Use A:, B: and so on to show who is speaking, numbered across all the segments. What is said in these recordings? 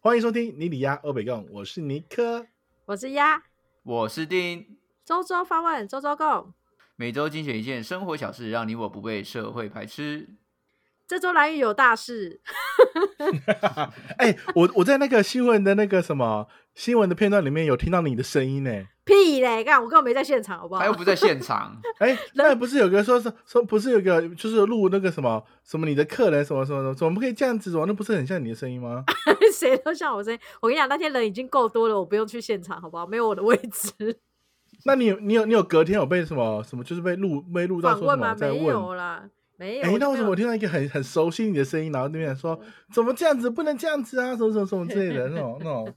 A: 欢迎收听尼里亚欧北共，我是尼克。
B: 我是鸭，
C: 我是丁，
B: 周周发问，周周共。
C: 每周精选一件生活小事，让你我不被社会排斥。
B: 这周来遇有大事，
A: 哎、我我在那个新闻的那个什么新闻的片段里面有听到你的声音呢。
B: 屁嘞！干，我根本没在现场，好不好
C: 他？又不在现场，
A: 哎、 那不是有个说是说不是有个就是录那个什么什么你的客人什么什么什么，怎么可以这样子？怎么那不是很像你的声音吗？
B: 谁都像我声音。我跟你讲，那天人已经够多了，我不用去现场，好不好？没有我的位置。
A: 那你有你有你有隔天有被什么什么就是被录被录到
B: 访
A: 说什
B: 问吗？
A: 么在
B: 没
A: 问？
B: 有啦，没有。
A: 哎、
B: 我就嗯
A: 那为
B: 没
A: 什么
B: 有
A: 我听到一个很很熟悉你的声音，然后那边说怎么这样子，不能这样子啊，什么什么什么之类的那种那 种，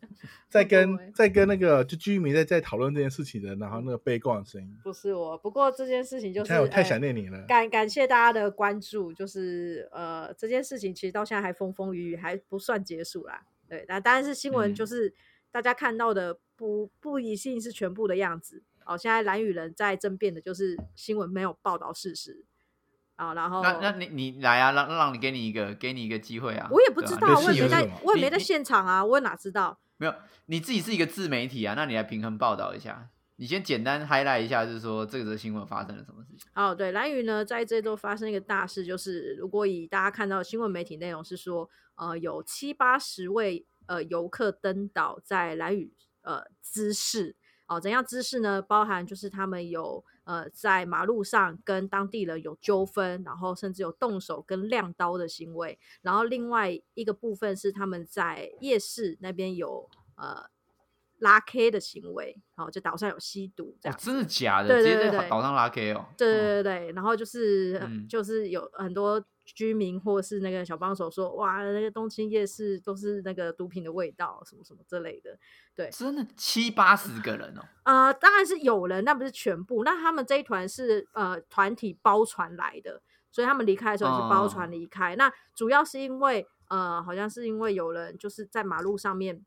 A: 在
B: 不会
A: 跟在跟那个就居民在在讨论这件事情的，然后那个被告的声音，
B: 不是我？不过这件事情就
A: 你
B: 是
A: 看我太
B: 呃
A: 想念你了。
B: 感感谢大家的关注，就是呃，这件事情其实到现在还风风雨雨，还不算结束啦。对，那当然是新闻，
C: 嗯
B: 就是大家看到的不不一定是全部的样子。哦，现在蓝雨人在争辩的就是新闻没有报道事实啊、然后
C: 那那你你来啊，让让你给你一个给你一个机会啊。
B: 我也不
C: 对
B: 知
C: 啊
B: 道，
A: 你
B: 我
A: 是
B: 也没
A: 有
B: 在
A: 什么，
B: 我也
C: 你
B: 没在
C: 你
B: 现场啊，我哪知道？
C: 没有，你自己是一个自媒体啊，那你来平衡报道一下。你先简单 highlight 一下，就是说这个则新闻发生了什么事情。
B: 哦，对，蓝宇呢，在这周发生一个大事，就是如果以大家看到的新闻媒体内容是说，呃，有七八十位呃游客登岛在蓝宇呃滋事哦，怎样滋事呢？包含就是他们有呃在马路上跟当地人有纠纷，然后甚至有动手跟亮刀的行为，然后另外一个部分是他们在夜市那边有呃拉 K 的行为，然、哦、后就岛上有吸毒这
C: 哦
B: 样，子。
C: 真的假的？
B: 对对
C: 直接
B: 对
C: 在
B: 对
C: 岛上拉 K 哦。
B: 对
C: 嗯
B: 对对对，然后就是、
C: 嗯
B: 就是有很多居民或是那个小帮手说，哇，那个东京夜市都是那个毒品的味道，什么什么之类的。
C: 真的七八十个人哦。
B: 呃，当然是有人，但不是全部。那他们这一团是呃团体包船来的，所以他们离开的时候也是包船
C: 哦
B: 离开。那主要是因为呃，好像是因为有人就是在马路上面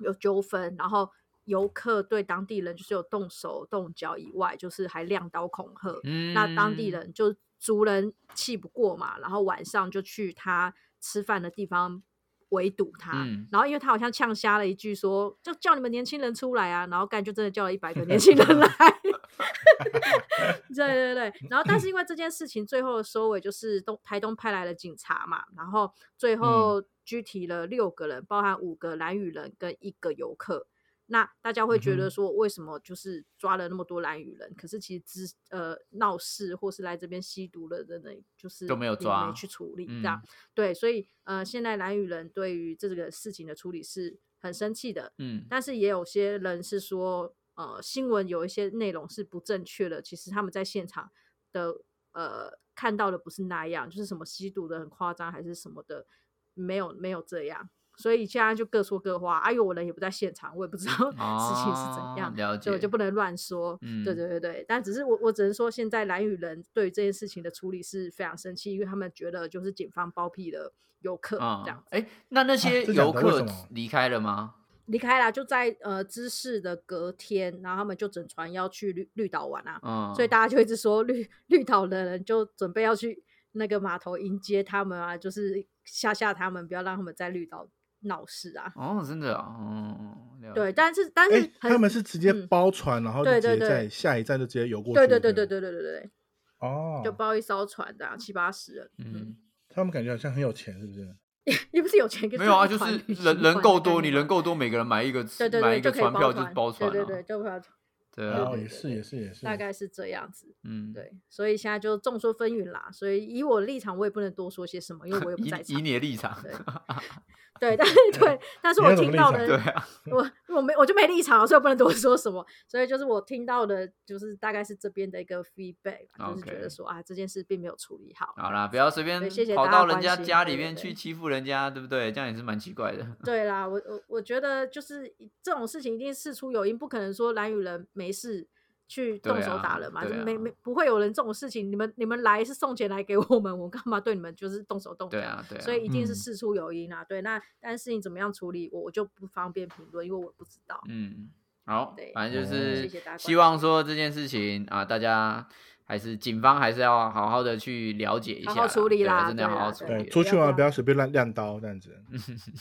B: 有纠纷，然后游客对当地人就是有动手动脚以外，就是还亮刀恐吓。
C: 嗯，
B: 那当地人就族人气不过嘛，然后晚上就去他吃饭的地方围堵他，
C: 嗯
B: 然后因为他好像呛瞎了一句说，就叫你们年轻人出来啊，然后干就真的叫了一百个年轻人来， 对对对，然后但是因为这件事情最后的收尾就是东台东派来了警察嘛，然后最后拘提了六个人，包含五个蓝雨人跟一个游客，那大家会觉
A: 嗯
B: 得
A: 哼
B: 说，为什么就是抓了那么多蓝雨人，可是其实之呃闹事或是来这边吸毒的人呢，就是
C: 都没有
B: 也
C: 抓
B: 没去处理这
C: 嗯
B: 样。对，所以呃，现在蓝雨人对于这个事情的处理是很生气的，
C: 嗯，
B: 但是也有些人是说，呃，新闻有一些内容是不正确的，其实他们在现场的呃看到的不是那样，就是什么吸毒的很夸张还是什么的，没有没有这样，所以现在就各说各话。哎呦，我人也不在现场，我也不知道 事情是怎样
C: 哦，了
B: 所以我
C: 解
B: 就不能乱说。
C: 嗯
B: 对对对对，但只是我我只能说，现在蓝雨人对于这件事情的处理是非常生气，因为他们觉得就是警方包庇了游客
C: 啊
B: 这样。，
C: 哎、那
A: 啊
C: 那些
A: 真假的
C: 游
A: 为什
C: 客
A: 么
C: 离开了吗？
B: 离开啦，就在呃知识的隔天，然后他们就整船要去绿绿岛玩啊，
C: 嗯，
B: 所以大家就一直说绿 绿岛的人就准备要去那个码头迎接他们啊，就是吓吓他们，不要让他们在绿岛闹事啊。
C: 哦，真的啊、哦，了
B: 对，
C: 解，
B: 但是但
A: 哎、
B: 是很、
A: 他们是直接
B: 嗯
A: 包船，然后就
B: 对
A: 直
B: 对
A: 接
B: 对
A: 在下一站就直接游过去。
B: 对对对
A: 不
B: 对对对对对，
A: 哦，
B: 就包一艘船的、啊、七八十人，嗯，
C: 嗯，
A: 他们感觉好像很有钱，是不是？
B: 也不是有钱，
C: 没有啊，
B: 一
C: 就是
B: 团旅行
C: 人人
B: 团
C: 够
B: 的概
C: 多，你
B: 念
C: 人
B: 嘛
C: 够多，每个人买一个
B: 对对
C: 买
B: 对，
C: 一个
B: 就可以
C: 船票就是
B: 船
C: 包船、啊，
B: 对对对，就包船，
C: 对啊
B: 对
A: 哦，
B: 对
A: 也是也是也是，
B: 大概是这样子。
C: 嗯，
B: 对，所以现在就众说纷纭啦。所以以我的立场，我也不能多说些什么，因为我也不在
C: 以以
B: 场。
C: 你的立场，
B: 对对， 但是对，但是
A: 你
B: 我
A: 有什么
B: 听
A: 立场
B: 到的，
C: 对啊，
B: 我我没我就没立场，啊所以我不能多说什么。所以就是我听到的，就是大概是这边的一个 feedback，啦就是觉得
C: OK 啊
B: 说啊，这件事并没有处理好。
C: 好啦，不要随便
B: 对谢谢
C: 跑
B: 大家
C: 到人
B: 关
C: 家
B: 心
C: 家
B: 对
C: 里
B: 对
C: 面
B: 对
C: 去欺负人家，对不对？这样也是蛮奇怪的，
B: 对啦，我我我觉得就是这种事情一定事出有因，不可能说蓝雨人没事去动
C: 对
B: 手
C: 啊
B: 打人嘛，
C: 对
B: 就
C: 啊
B: 没没不会有人这种事情。你们你们来是送钱来给我们，我干嘛对你们就是动手动脚？
C: 对啊，对啊，
B: 所以一定
A: 嗯
B: 是事出有因啊。对，那但事情怎么样处理，我我就不方便评论，因为我不知道。
C: 嗯，好
B: 对，
C: 反正就
A: 嗯
C: 是
B: 谢谢大家关
C: 希望说这件事情啊，大家还是警方还是要好好的去了解一下啦，
B: 好好处理
C: 对
B: 啦
C: 真的要
B: 对
C: 好
B: 啦
C: 好处
B: 对
A: 对，
C: 理。
A: 出去玩
B: 不要
A: 不要随便乱亮刀这样子。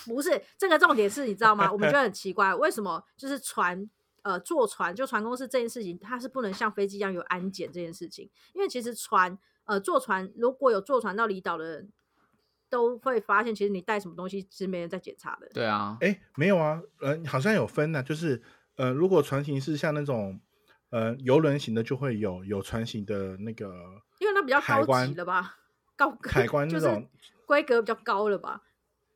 B: 不是这个重点是，你知道吗？我们 觉得很奇怪，为什么就是船呃坐船就船公司这件事情，它是不能像飞机一样有安检这件事情？因为其实船呃坐船如果有坐船到离岛的人，都会发现其实你带什么东西其实没人在检查的。
C: 对啊，
A: 哎，没有啊，呃，好像有分呢、就是呃，如果船型是像那种呃游轮型的，就会有有船型的那个
B: 因为它比较
A: 海
B: 高级
A: 关
B: 了吧，高
A: 海关
B: 就
A: 那
B: 是
A: 种
B: 规格比较高了吧？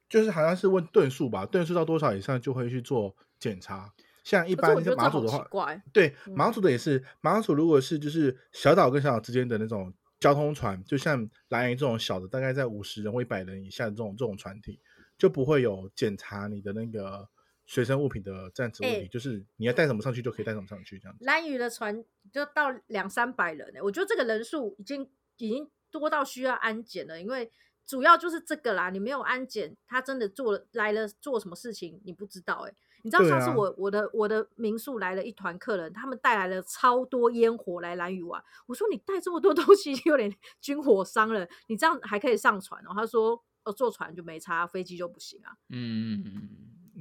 A: 就是好像是问吨数吧，吨数到多少以上就会去做检查。像一
B: 可是
A: 般
B: 我觉得这
A: 马
B: 好
A: 祖的
B: 奇
A: 话，
B: 怪，
A: 对
B: 嗯
A: 马祖的也是，马祖如果是就是小岛跟小岛之间的那种交通船，就像蓝屿这种小的，大概在五十人或一百人以下的这种这种船体，就不会有检查你的那个随身物品的这样子问题，
B: 哎
A: 就是你要带什么上去就可以带什么上去这样子。
B: 蓝屿的船就到两三百人、欸，我觉得这个人数已经已经多到需要安检了，因为主要就是这个啦，你没有安检，他真的做了来了做什么事情你不知道哎、你知道
A: 对
B: 上次
A: 啊
B: 我、我的我的民宿来了一团客人，他们带来了超多烟火来蓝屿玩。我说你带这么多东西 有点军火商了，你这样还可以上船哦？他说哦坐船就没差，飞机就不行啊。
C: 嗯嗯嗯嗯。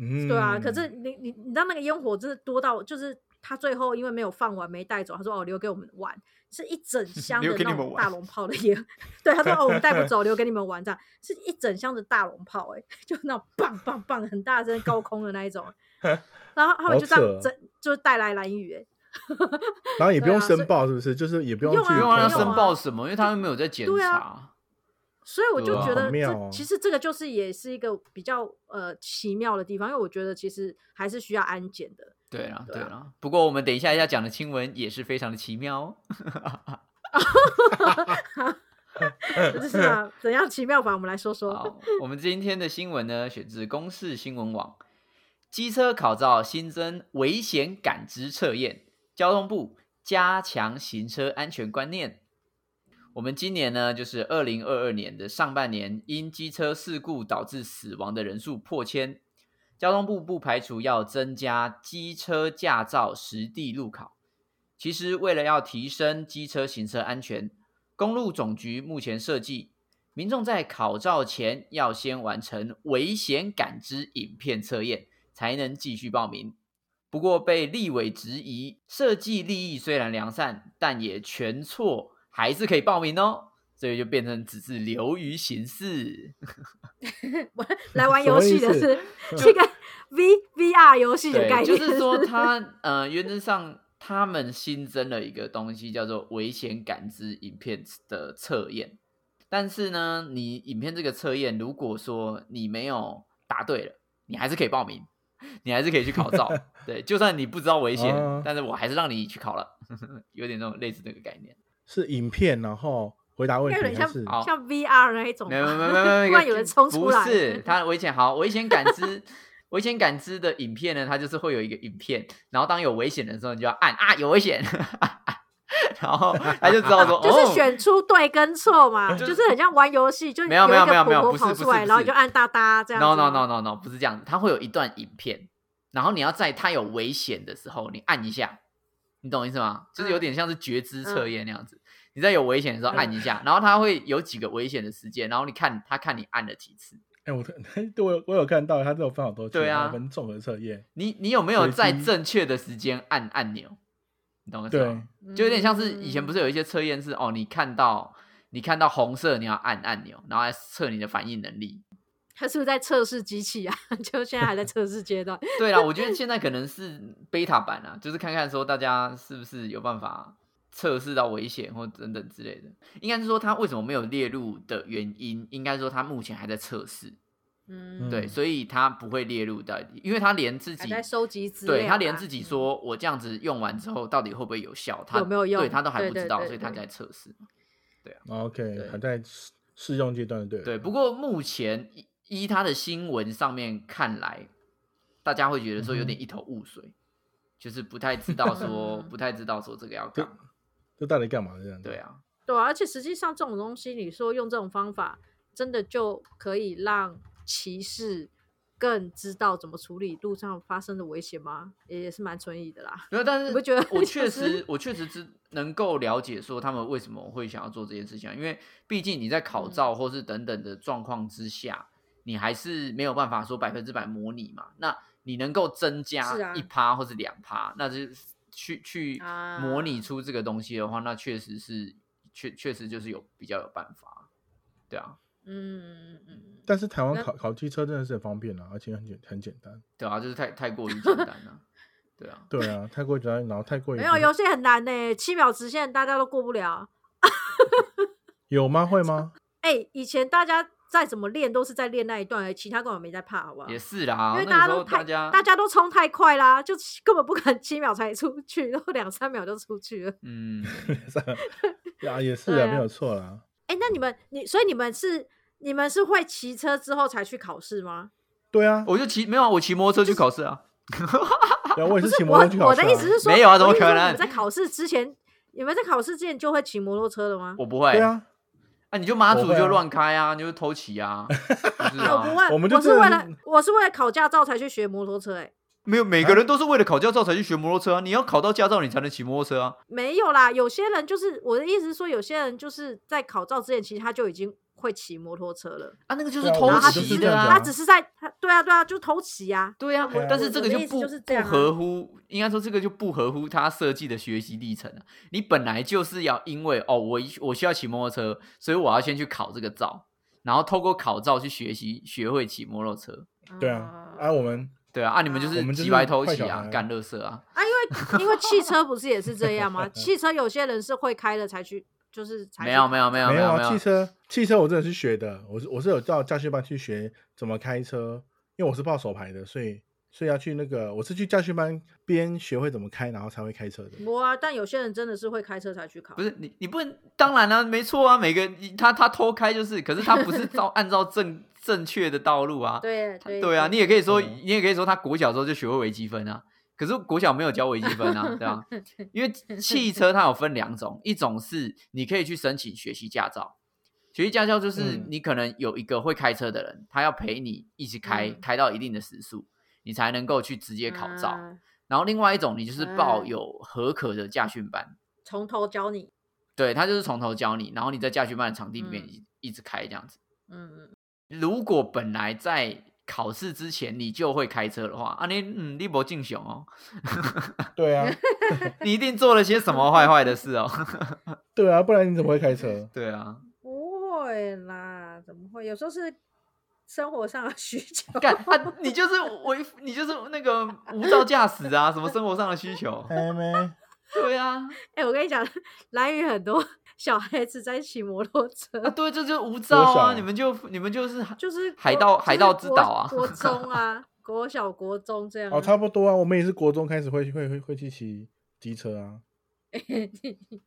A: 嗯，
B: 对啊，可是你你你知道那个烟火真的多到，就是他最后因为没有放完没带走，他说哦留给我们玩，是一 整箱
C: 留
B: 的
C: 给你
B: 那
C: 们
B: 种
C: 玩
B: 大龙炮的烟， 对，他说哦我们带不走，留给你们玩这样，是一整箱的大龙炮、欸，哎， 就那种棒棒棒很大声高空的那 一种，然后他们
A: 好
B: 就这
A: 扯哦
C: 啊
B: 样整就带来蓝雨、欸，
A: 然后也不
B: 对
A: 用
B: 啊所以
A: 申报，是不是？就是也不用
B: 用
A: 去
B: 啊
C: 不用让他
A: 投
B: 没有
A: 保
C: 申
B: 啊
C: 报什么，因为他们没有在检
B: 对啊
C: 查。
B: 所以我就
C: 对啊
B: 觉
C: 好
B: 得
A: 妙
B: 这、
A: 哦
B: 其实这个就是也是一个比较呃奇妙的地方，因为我觉得其实还是需要安检 的。
C: 对啊，
B: 对
C: 对
B: 啊
C: 啊。不过我们等一下要讲的新闻也是非常的奇妙哦。
B: 就是啊，怎样奇妙法，我们来说说。
C: 好，我们今天的新闻呢，选自公视新闻网。机车考照新增危险感知测验，交通部加强行车安全观念。我们今年呢，就是二零二二年的上半年，因机车事故导致死亡的人数破千。交通部不排除要增加机车驾照实地路考。其实，为了要提升机车行车安全，公路总局目前设计，民众在考照前要先完成危险感知影片测验，才能继续报名。不过被立委质疑，设计利益虽然良善，但也全错，还是可以报名哦。所以就变成只是流于形式。
B: 玩 来玩
A: 什
B: 游
A: 么
B: 戏
A: 意
B: 的
A: 思
B: 是这个 V V R 游戏的
C: 对，
B: 概念，
C: 就是说它呃，原则上他们新增了一个东西叫做危险感知影片的测验，但是呢，你影片这个测验，如果说你没有答对了，你还是可以报名，你还是可以去 考照。对，就算你不知道危险，
A: 哦
C: 但是我还是让你去考了， 有点那种类似这个概念。
A: 是影片，然后回答问
B: 应该有
A: 题，
B: 点
A: 还
B: 像
A: 是
C: 好
B: 像 V R 那一种吧。
C: 没有没有没有
B: 哦
C: 没有，
B: 突然有人冲出来
C: 不是，他危险好，危险感知，危险感知的影片呢，它就是会有一个影片，然后当有危险的时候，你就要按啊，有危险， 然后他就知道说，
B: 就是
C: 哦
B: 选出对跟错嘛，
C: 就
B: 就是是很像玩游戏，就是
C: 没有
B: 一
C: 没有没
B: 个
C: 有没
B: 婆
C: 有
B: 婆
C: 不是
B: 跑
C: 不
B: 出
C: 是
B: 来，
C: 不
B: 然后你
C: 是
B: 就按哒哒这样子吗。
C: No no no no no，不是这样，它会有一段影片，然后你要在它有危险的时候，你按一下，你懂我意思吗？就是有
B: 嗯
C: 点像是觉知测验那样子，你在有危险的时候按一下，然后它会有几个危险的时间，然后你看它看你按了几次。
A: 哎、我 看对我有我有看到他这种分好多次，
C: 对啊
A: 然后分综合测验，
C: 你你有没有
A: 随
C: 在
A: 机
C: 正确的时间按按钮？你懂我意思
A: 对
C: 吗？
B: 嗯
C: 就有点像是以前不是有一些测验是哦，你看到你看到红色你要按按钮，然后来测你的反应 能力。
B: 他是不是在测试机器啊？ 就现在还在测试阶段。
C: 对啦，我觉得现在可能是 beta 版啊，就是看看说大家是不是有办法测试到危险或等等之类的。应该是说它为什么没有列入的原因，应该说它目前还在测试，
B: 嗯，
C: 对，
A: 嗯
C: 所以它不会列入到，因为它连自
B: 还
C: 己
B: 在收集资料啊。
C: 对他连自己说我这样子用完之后到底会不会有效，他
B: 有没有用
C: 对他都还不
B: 对
C: 知道，
B: 对对
C: 所以他
B: 对
C: 在测试。
A: OK，
C: 对
A: 还在试试用阶段，对了
C: 对，不过目前依依他的新闻上面看来，大家会觉
B: 嗯
C: 得说有点一头雾水，就是不太知 道说不太知道说这个要干嘛。
A: 这到底干嘛这样？
C: 对，啊，
B: 对啊、而且实际上这种东西，你说用这种方法，真的就可以让歧视更知道怎么处理路上发生的危险吗？也也是蛮存疑的啦。
C: 没有，但是
B: 你不觉得
C: 我
B: 就
C: 确
B: 是
C: 实，我确实知能够了解说他们为什么会想要做这件事情啊，因为毕竟你在考
B: 嗯
C: 照或是等等的状况之下，你还是没有办法说百分之百模拟嘛。那你能够增
B: 是
C: 加
B: 啊
C: 一趴或是两趴，那就是去去模拟
B: 啊
C: 出这个东西的话，那确实是确确实就是有比较有办法，对啊，
B: 嗯嗯嗯，
A: 但是台湾
B: 那
A: 考考机车真的是很方便啊，而且很简很简单。
C: 对啊，就是太太过于简单了，对啊。
A: 对啊，太过简单，然后太过
B: 嗯
A: 也不
B: 没有
A: 会
B: 有些很难呢、七秒直线大家都过不了。
A: 有吗？会 吗？
B: 哎、以前大家再怎么练都是在练那一段而已，其他根本没在怕，好不好？
C: 也是啦，
B: 因为
C: 那个
B: 大家
C: 时候
B: 都
C: 大
B: 太
C: 家
B: 大家都冲太快啦，就根本不敢七秒才出去，然后两三秒就出去了。
C: 嗯，
A: 啊，也是
B: 对
A: 啊，
B: 啊
A: 没有错啦。
B: 哎、那你们你所以你们是你们是会骑车之后才去考试吗？
A: 对啊，
C: 我就骑没有啊，我骑摩托车去考试啊。
A: 然后我也是骑摩
B: 我
A: 托去考
B: 我
A: 试啊。
B: 的意思是说，
C: 没有啊
B: 我的
C: 怎么
B: 意思
C: 可
B: 说你
C: 能
B: 们在考试之前，你们在考试之前就会骑摩托车了吗？
C: 我不会，
A: 对，啊，
C: 啊，你就妈祖
A: 我会啊
C: 就乱开啊，你就偷骑 啊，不是
B: 啊我不
C: 啊，
B: 会，
A: 我们就
B: 我是
A: 真的
B: 为
A: 是
B: 了我是为了考驾照才去学摩托车、欸，哎，
C: 没有每个人都是为了考驾照才去学摩托车啊，你要考到驾照你才能骑摩托车啊，
B: 没有啦。有些人就是我的意思是说，有些人就是在考照之前，其实他就已经会骑摩托车了，
C: 啊，那个就是
A: 对啊
C: 偷
A: 我
B: 就是
C: 骑
B: 这
C: 的
A: 样子啊
B: 他只是在他对啊对啊，就偷骑呀、
C: 对啊
A: 对啊，
C: 但是这个就
B: 我的意
C: 不
B: 思就是这
C: 不
B: 样啊
C: 合乎，应该说这个就不合乎他设计的学习历程啊。你本来就是要因为哦，我一我需要骑摩托车，所以我要先去考这个照，然后透过考照去学习学会骑摩托车。
B: 啊。
A: 对啊，啊，我们
C: 对啊，啊，你们就
B: 啊
A: 我
C: 是
A: 们就
C: 急
A: 是
C: 白偷
A: 坏
C: 骑
A: 小
C: 啊，
A: 孩啊
C: 干乐色啊，
B: 啊，因为因为汽车不是也是这样吗？ 汽车有些人是会开了才去，就是才
C: 没
B: 去
C: 有
B: 考
C: 没有没有
B: 照
A: 没
C: 没有
A: 啊，汽车汽车我真的是学的，我是我是有到驾训班去学怎么开车，因为我是报手牌的，所以所以要去那个我是去驾训班边学会怎么开，然后才会开车的。
B: 我啊，但有些人真的是会开车才去考，
C: 不是你，你不能，当然啦、没错啊，每个他他偷开就是，可是他不是照按照正正确的道路啊，
B: 对
C: 他
B: 对
C: 啊，你也可以说，
A: 对啊
C: 你也可以说他国小的时候就学会微积分啊，可是国小没有教微积分 啊，对吧、 因为汽车它有分两种，一种是你可以去申请学习驾照，学习驾照就是
A: 嗯
C: 你可能有一个会开车的人，他要陪你一起开，
B: 嗯
C: 开到一定的时速，你才能够去直接考照。
B: 啊
C: 然后另外一种你就是报
B: 嗯
C: 有合可的驾训班。
B: 从头教你，
C: 对他就是从头教你，然后你在驾训班的场地里面
B: 嗯
C: 一一直开这样子。
B: 嗯嗯，
C: 如果本来在考试之前你就会开车的话，啊你嗯你不进雄哦，
A: 对啊，
C: 你一定做了些什么坏坏的事哦。
A: 对啊，不然你怎么会开 车？
C: 对啊，
B: 不会啦，怎么会？有时候是生活上的需求，
C: 干啊你就是违你就是那个无照驾驶啊，什么生活上的需求。
A: 开没？
C: 对啊，
B: 哎、我跟你讲，蓝屿很多 小孩子在骑摩托车，
C: 啊对，这就是无照
A: 国小
C: 啊，
A: 啊
C: 你们就你们就是
B: 就是
C: 海
B: 国
C: 盗
B: 就是
C: 海盗之
B: 国
C: 岛啊
B: 国中 啊，国小国中这样啊、
A: 哦，差不多啊，我们也是国中开始会会会会去骑机车 啊。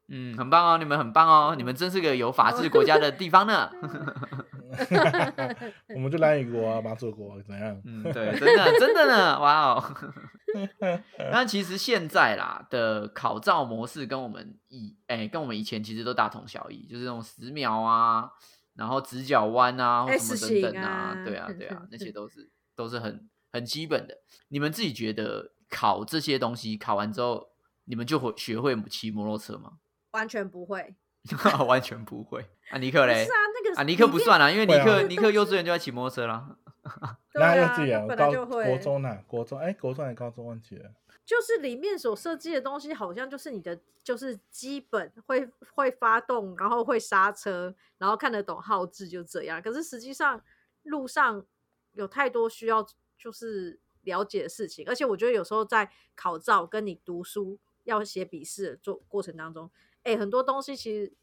C: 嗯很棒哦，你们很棒哦，你们真是个有法治国家的地方呢。
A: 我们就蓝雨国啊，马祖国怎样？
C: 嗯，对，真的真的呢，哇哦！那其实现在啦的考照模式跟我们以哎、跟我们以前其实都大同小异，就是那种十秒啊，然后直角弯啊，或
B: 哎
C: 什么
B: 死
C: 等等
B: 刑
C: 啊，
B: 啊
C: 对啊对啊，那些都是都是很很基本的。你们自己觉得考这些东西考完之后，你们就会学会骑摩托车吗？
B: 完全不会。
C: 完全不会啊，尼克
B: 不是
C: 嘞
B: 啊，那个
C: 啊，尼克不算啦，因为尼
A: 会啊
C: 克
A: 那个
C: 尼克幼稚园就在骑摩托车啦。
B: 对
A: 那幼
B: 啊
A: 稚园
B: 本来
A: 高
B: 就会
A: 国中呐、国中哎、国中还高中忘记了。
B: 就是里面所设计的东西，好像就是你的就是基本会会发动，然后会刹车，然后看得懂号志，就这样。可是实际上路上有太多需要就是了解的事情，而且我觉得有时候在考照跟你读书要写笔试的做过程当中，哎，很多东西其实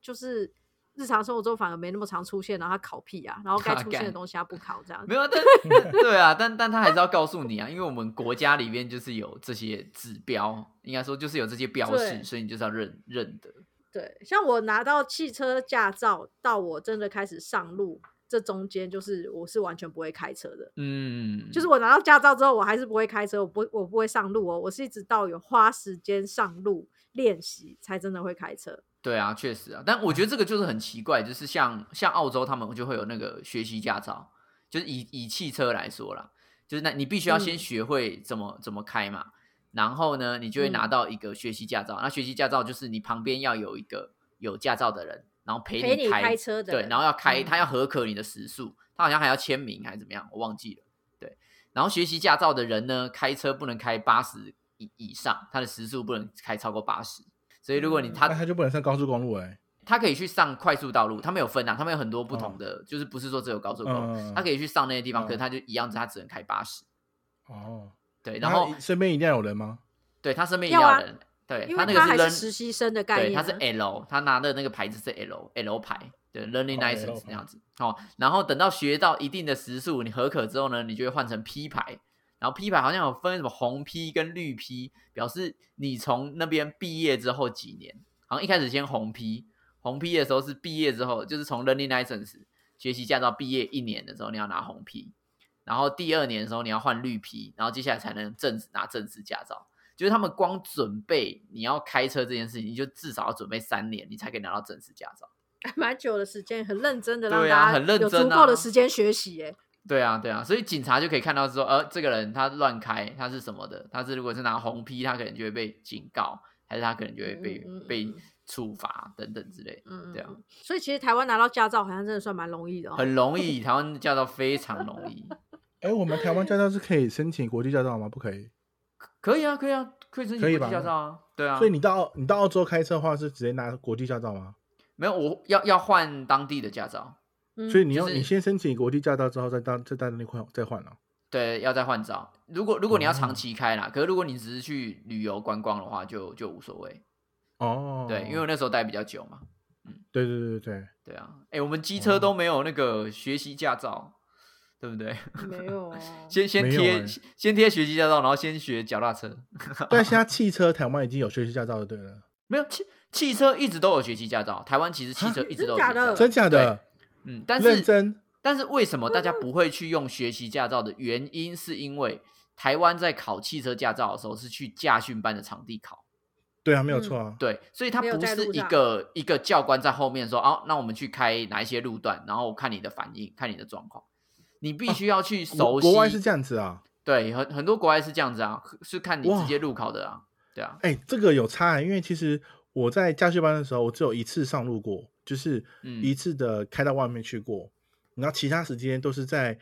B: 就是。日常生活中反而没那么常出现，然后他考屁啊，然后该
C: 啊
B: 出现的
C: 干
B: 东西他不考，这样
C: 没有，啊，但 对啊，但但他还是要告诉你啊，因为我们国家里面就是有这些指标，应该说就是有这些标识，
B: 对
C: 所以你就是要认认得。
B: 对，像我拿到汽车驾照到我真的开始上路，这中间就是我是完全不会开车的。
C: 嗯，
B: 就是我拿到驾照之后，我还是不会开车，我不我不会上路哦，我是一直到有花时间上路练习才真的会开车。
C: 对啊，确实啊，但我觉得这个就是很奇怪，就是像像澳洲他们就会有那个学习驾照，就是以以汽车来说啦，就是那你必须要先
B: 嗯
C: 学会怎么、怎么开嘛，然后呢，你就会拿
B: 嗯
C: 到一个学习驾照。那学习驾照就是你旁边要有一个有驾照的人，然后陪
B: 陪你
C: 开
B: 开车的
C: 对，
B: 人
C: 然后要开，
B: 嗯
C: 他要合可你的时速，他好像还要签名还是怎么样，我忘记了。对，然后学习驾照的人呢，开车不能开八十以以上，他的时速不能开超过八十。所以如果你
B: 嗯
A: 那
C: 他
A: 他就不能上高速公路哎、
C: 他可以去上快速道路，他们有分啊，他们有很多不
B: 哦
C: 同的，就是不是说只有高速公路，
A: 嗯
C: 他可以去上那些地方，
A: 嗯
C: 可是他就一样，他只能开八十。
A: 哦，
C: 对，
A: 那
C: 然
A: 他
C: 后
A: 身边一定要有人吗？
C: 对他身边一
B: 要
C: 定要
B: 啊
C: 有人，对
B: 因
C: 他
B: 为
C: 那
B: 他还
C: 个
B: 是
C: learn
B: 实习生的概
C: 对，
B: 念
C: 他
B: 啊，
C: 是 L，他拿的那个牌子是 L L 牌，对 learning
A: 哦 L
C: license
A: 牌
C: 那样子。哦，然后等到学到一定的时速，你合可之后呢，你就会换成 P 牌。然后 P 牌好像有分什么红 P 跟绿 P，表示你从那边毕业之后几年，好像一开始先红 P，红 P 的时候是毕业之后，就是从 learning license 学习驾照毕业一年的时候，你要拿红 P，然后第二年的时候你要换绿 P，然后接下来才能正拿正式驾照。就是他们光准备你要开车这件事情，你就至少要准备三年，你才可以拿到正式驾照。
B: 蛮久的时间，很认真的让
C: 对啊
B: 大
C: 很
B: 家
C: 认
B: 有
C: 真
B: 足够
C: 啊
B: 的时间学习。哎，
C: 对啊，对啊，所以警察就可以看到说，呃，这个人他乱开，他是什么的？他是如果是拿红 P，他可能就会被警告，还是他可能就会被、
B: 嗯嗯嗯
C: 被
B: 嗯
C: 处罚等等之类。
B: 嗯，
C: 对啊
B: 嗯，嗯所以其实台湾拿到驾照好像真的算蛮容易的哦。
C: 很容易，台湾驾照非常容易，
A: 哎，我们台湾驾照是可以申请国际驾照吗？不可以。
C: 可以啊，可以啊，可以申请
A: 可以
C: 国际
A: 吧
C: 驾照啊，对啊。
A: 所以你到澳你到澳洲开车的话，是直接拿国际驾照吗？
C: 没有，我要要换当地的驾照，
B: 嗯，
A: 所以你要、
C: 就是
A: 你先申请国际驾照之后，再当再当那块再换了、
C: 对，要再换照。如果如果你要长
A: 哦
C: 期开啦，可是如果你只是去旅游观光的话，就就无所谓。
A: 哦，
C: 对，因为我那时候待比较久嘛，
A: 对对对对 对，
C: 对啊，哎、我们机车
A: 哦
C: 都没有那个学习驾照，对不对？
B: 没 有啊
C: 先先
A: 没有
C: 贴、
A: 欸
C: 先贴学习驾照，然后先学脚踏车。
A: 但现在汽车台湾已经有学习驾照的，对了，
C: 没有汽汽车一直都有学习驾照，台湾其实汽车一直都有学习驾照
B: 啊真假的
A: 真假的？
C: 嗯，但
A: 认
C: 是
A: 真
C: 但是为什么大家不会去用学习驾照的原因，是因为台湾在考汽车驾照的时候是去驾训班的场地考。
A: 对啊，没有
B: 嗯
A: 错啊。
C: 对，所以它
B: 没有
C: 不
B: 在
C: 是
B: 路
C: 一
B: 上
C: 个一个教官在后面说，哦，那我们去开哪一些路段，然后我看你的反应，看你的状况，你必须要去
A: 啊国
C: 熟悉。
A: 国外是这样子啊，
C: 对，很很多国外是这样子啊，是看你
A: 哇
C: 直接路考的啊，对啊，
A: 哎、这个有差、欸，因为其实我在驾训班的时候，我只有一次上路过，就是
C: 嗯
A: 一次的开到外面去过，然后其他时间都是在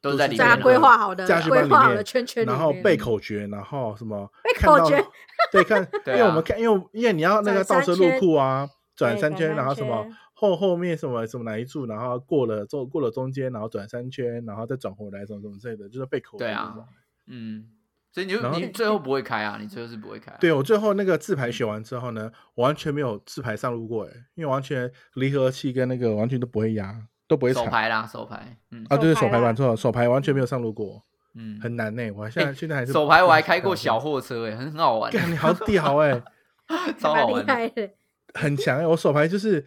C: 都是
A: 是
C: 在里
B: 在
C: 面
B: 他
C: 啊
B: 规划好的
A: 驾训
B: 规
A: 班里
B: 划好的
A: 面，
B: 圈圈里面，
A: 然后背口诀，然后什么
B: 背
A: 看到
B: 口 诀，
A: 对，看，因
C: 对
A: 为我
C: 啊
A: 们看，因为因为你要那个倒
B: 转
A: 车
B: 三
A: 入
B: 圈
A: 库啊，转
B: 对
A: 三
B: 转
A: 圈，然
B: 三
A: 后什么
B: 圈
A: 后后面什么什么哪一柱，然后过了中过了中间，然后转三圈，然后再转回来，什么什么之类的，就是背口诀
C: 对
A: 这
C: 啊
A: 种。
C: 嗯，所以你就
A: 然后
C: 你最后不会开啊，你最后是不会开、啊，
A: 对我最后那个自
C: 嗯
A: 排学完之后呢，我完全没有自排上路过哎，因为完全离合器跟那个完全都不会压，都不会
C: 手
A: 踩
C: 牌啦，手牌，嗯
A: 啊，对对，
B: 手
A: 手
B: 排
A: 排
B: 啦
A: 完之后，手排完全没有上路过，
C: 嗯，
A: 很难呢。我现在现在还是
C: 手 牌我还开
A: 不
C: 过
A: 知道
C: 小货车、欸，哎，很好玩，
A: 干你好 屌哎，
C: 超
B: 蛮
C: 好
B: 厉
C: 玩的，
B: 害的。
A: 很强哎，我手排就是